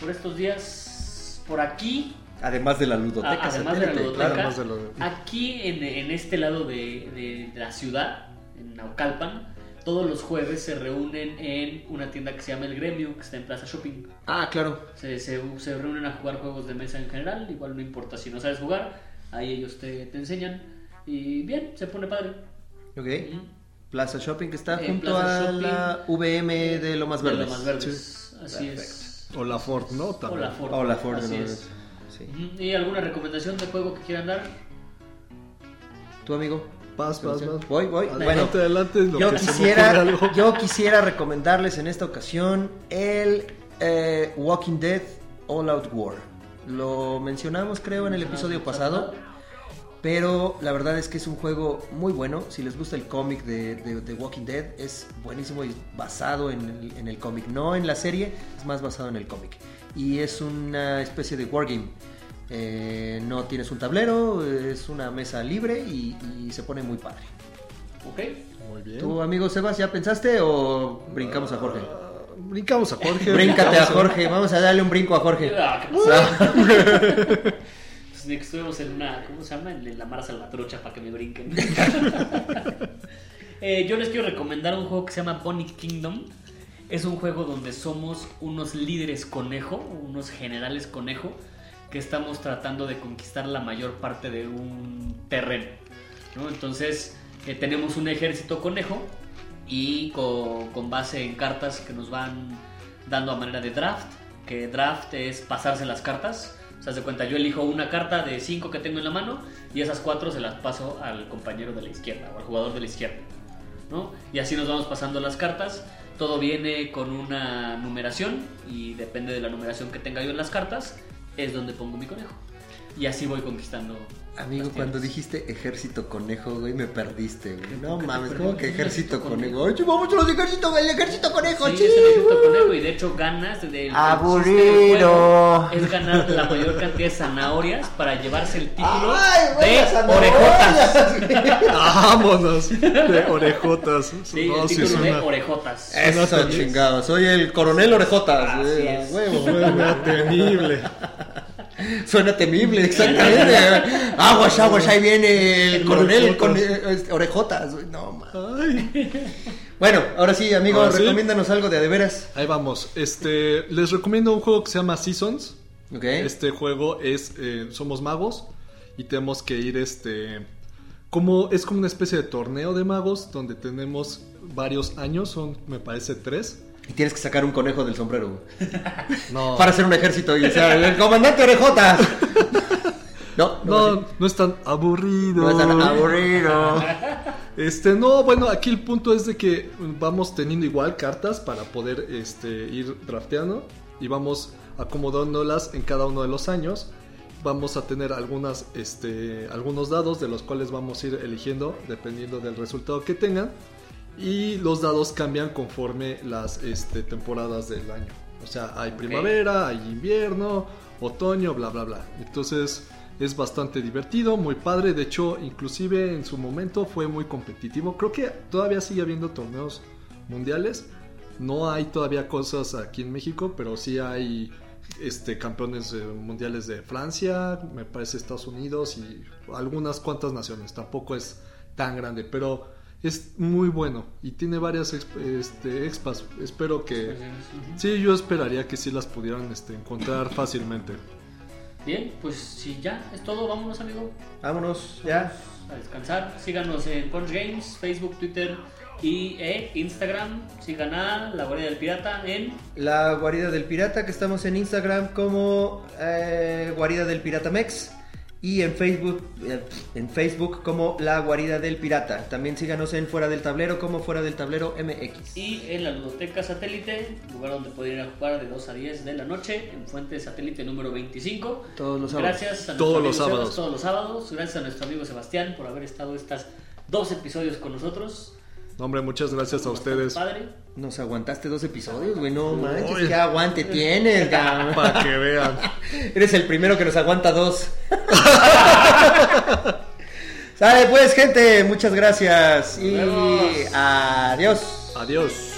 S2: por estos días? Por aquí,
S1: Además de la ludoteca.
S2: a- Ah, además de la
S1: satélite,
S2: ludoteca,
S1: claro.
S3: además de la-
S2: aquí en, en este lado de, de la ciudad, en Naucalpan, todos los jueves se reúnen en una tienda que se llama El Gremio, que está en Plaza Shopping.
S1: Ah, claro.
S2: Se, se, se reúnen a jugar juegos de mesa en general, igual no importa si no sabes jugar, ahí ellos te, te enseñan. Y bien, se pone padre.
S1: Ok.
S2: Ujú.
S1: Plaza Shopping que está
S2: Eh,
S1: junto
S2: Plaza
S1: a la VM de Lomas
S2: De
S1: Verdes.
S2: Lomas Verdes, así es.
S3: O la Ford, ¿no?
S2: O
S3: También.
S2: la Ford.
S1: O la Ford de
S2: así
S1: Lomas
S2: es.
S1: Verdes. Sí.
S2: Ujú. ¿Y alguna recomendación de juego que quieran dar?
S1: ¿Tu amigo?
S3: Vas, vas, vas.
S1: Voy, voy.
S3: Adelante,
S1: Bueno,
S3: adelante. lo
S1: Yo
S3: que se me
S1: quisiera,
S3: ocurre algo.
S1: yo quisiera recomendarles en esta ocasión el eh, Walking Dead All Out War. Lo mencionamos creo en el episodio pasado, pero la verdad es que es un juego muy bueno. Si les gusta el cómic de, de- de Walking Dead, es buenísimo y basado en el, en el cómic, no en la serie, es más basado en el cómic. Y es una especie de wargame. Eh, no tienes un tablero, es una mesa libre y- y se pone muy padre.
S2: Ok.
S3: Muy bien.
S1: ¿Tu amigo Sebas ya pensaste o brincamos a Jorge?
S3: Ah, brincamos a Jorge.
S1: Bríncate a
S3: brincamos
S1: Jorge, vamos a darle un brinco a Jorge.
S2: Ah, qué-
S1: Ah,
S2: Pues, ni que Estuvimos en una, ¿cómo se llama? En la Mara Salvatrucha para que me brinquen. Eh, yo les quiero recomendar un juego que se llama Bonnie Kingdom. Es un juego donde somos unos líderes conejo, unos generales conejo, que estamos tratando de conquistar la mayor parte de un terreno. ¿no? Entonces, eh, tenemos un ejército conejo y co- con base en cartas que nos van dando a manera de draft, que draft es pasarse las cartas. O sea, se cuenta, yo elijo una carta de cinco que tengo en la mano y esas cuatro se las paso al compañero de la izquierda o al jugador de la izquierda. ¿no? Y así nos vamos pasando las cartas. Todo viene con una numeración y depende de la numeración que tenga yo en las cartas, es donde pongo mi conejo. Y así voy conquistando.
S1: Amigo,
S2: las
S1: cuando
S2: tierras.
S1: dijiste ejército conejo, güey, me perdiste, güey. No
S2: ¿Qué?
S1: mames,
S2: ¿Qué?
S1: ¿cómo
S2: ¿Qué?
S1: que ejército
S2: ¿Qué?
S1: conejo? Oye, vamos a los ejércitos, el ejército conejo,
S2: Sí,
S1: sí.
S2: es el ejército conejo y de hecho ganas del
S1: Aburrido.
S2: el chiste del juego es ganar la mayor cantidad de zanahorias para llevarse el título
S1: Ay, güey, las
S2: de orejotas.
S1: zanahorias.
S3: Vámonos. De orejotas.
S2: Sí,
S3: No,
S2: el
S3: sí, Eh. es
S2: título de
S3: una-
S2: orejotas.
S1: Eso, chingado. Soy el coronel orejotas.
S2: Así
S1: güey,
S2: es.
S1: huevo.
S3: Suena temible.
S1: Suena temible, exactamente. aguas, aguas, ahí viene el
S3: El
S1: coronel con
S3: orejotas.
S1: eh, este, orejotas. güey, No mames.
S3: Ay.
S1: Bueno, ahora sí, amigo,
S3: Ahora sí.
S1: recomiéndanos algo de a de veras.
S3: Ahí vamos. Este, les recomiendo un juego que se llama Seasons.
S1: Ok.
S3: Este juego es eh, somos magos y tenemos que ir este como es como una especie de torneo de magos donde tenemos varios años, son me parece tres.
S1: Y tienes que sacar un conejo del sombrero güey,
S3: No.
S1: para hacer un ejército. Y, o sea, el comandante orejotas. No, no,
S3: No, no es tan aburrido.
S1: no es tan aburrido.
S3: Este, no, bueno, aquí el punto es de que vamos teniendo igual cartas para poder este, ir drafteando y vamos acomodándolas en cada uno de los años. Vamos a tener algunas, este, algunos dados de los cuales vamos a ir eligiendo dependiendo del resultado que tengan. Y los dados cambian conforme las este, temporadas del año. O sea, hay primavera, hay invierno, otoño, bla, bla, bla. Entonces es bastante divertido, muy padre. De hecho, inclusive en su momento fue muy competitivo. Creo que todavía sigue habiendo torneos mundiales. No hay todavía cosas aquí en México, pero sí hay este, campeones eh, mundiales de Francia, me parece Estados Unidos y algunas cuantas naciones. Tampoco es tan grande, pero es muy bueno y tiene varias exp- este, expas. Espero que... Sí, yo esperaría que sí las pudieran este, encontrar fácilmente.
S2: Bien, pues si ya es todo, vámonos, amigo.
S1: Vámonos, ya.
S2: a descansar. Síganos en Punch Games, Facebook, Twitter y e Instagram. Sigan a La Guardia del Pirata en
S1: La Guarida del Pirata, que estamos en Instagram como eh, Guarida del Pirata Mex y en Facebook, eh, en Facebook como La Guarida del Pirata. También síganos en Fuera del Tablero como Fuera del Tablero MX.
S2: y en la Ludoteca Satélite, lugar donde pueden ir a jugar de 2 a 10 de la noche en Fuente Satélite número 25.
S1: Todos los sábados.
S2: Gracias a nuestro
S3: Todos
S2: amigo
S3: los
S2: Sebas,
S3: sábados.
S2: todos los sábados. Gracias a nuestro amigo Sebastián por haber estado estas dos episodios con nosotros.
S3: No, hombre, muchas gracias a ustedes.
S2: Padre.
S1: Nos aguantaste dos episodios, güey. No
S3: Uy.
S1: manches, qué aguante tienes, cabrón.
S3: Para que vean.
S1: Eres el primero que nos aguanta dos. Sale pues, gente. Muchas gracias. Y
S2: Nos vemos.
S1: adiós.
S3: Adiós.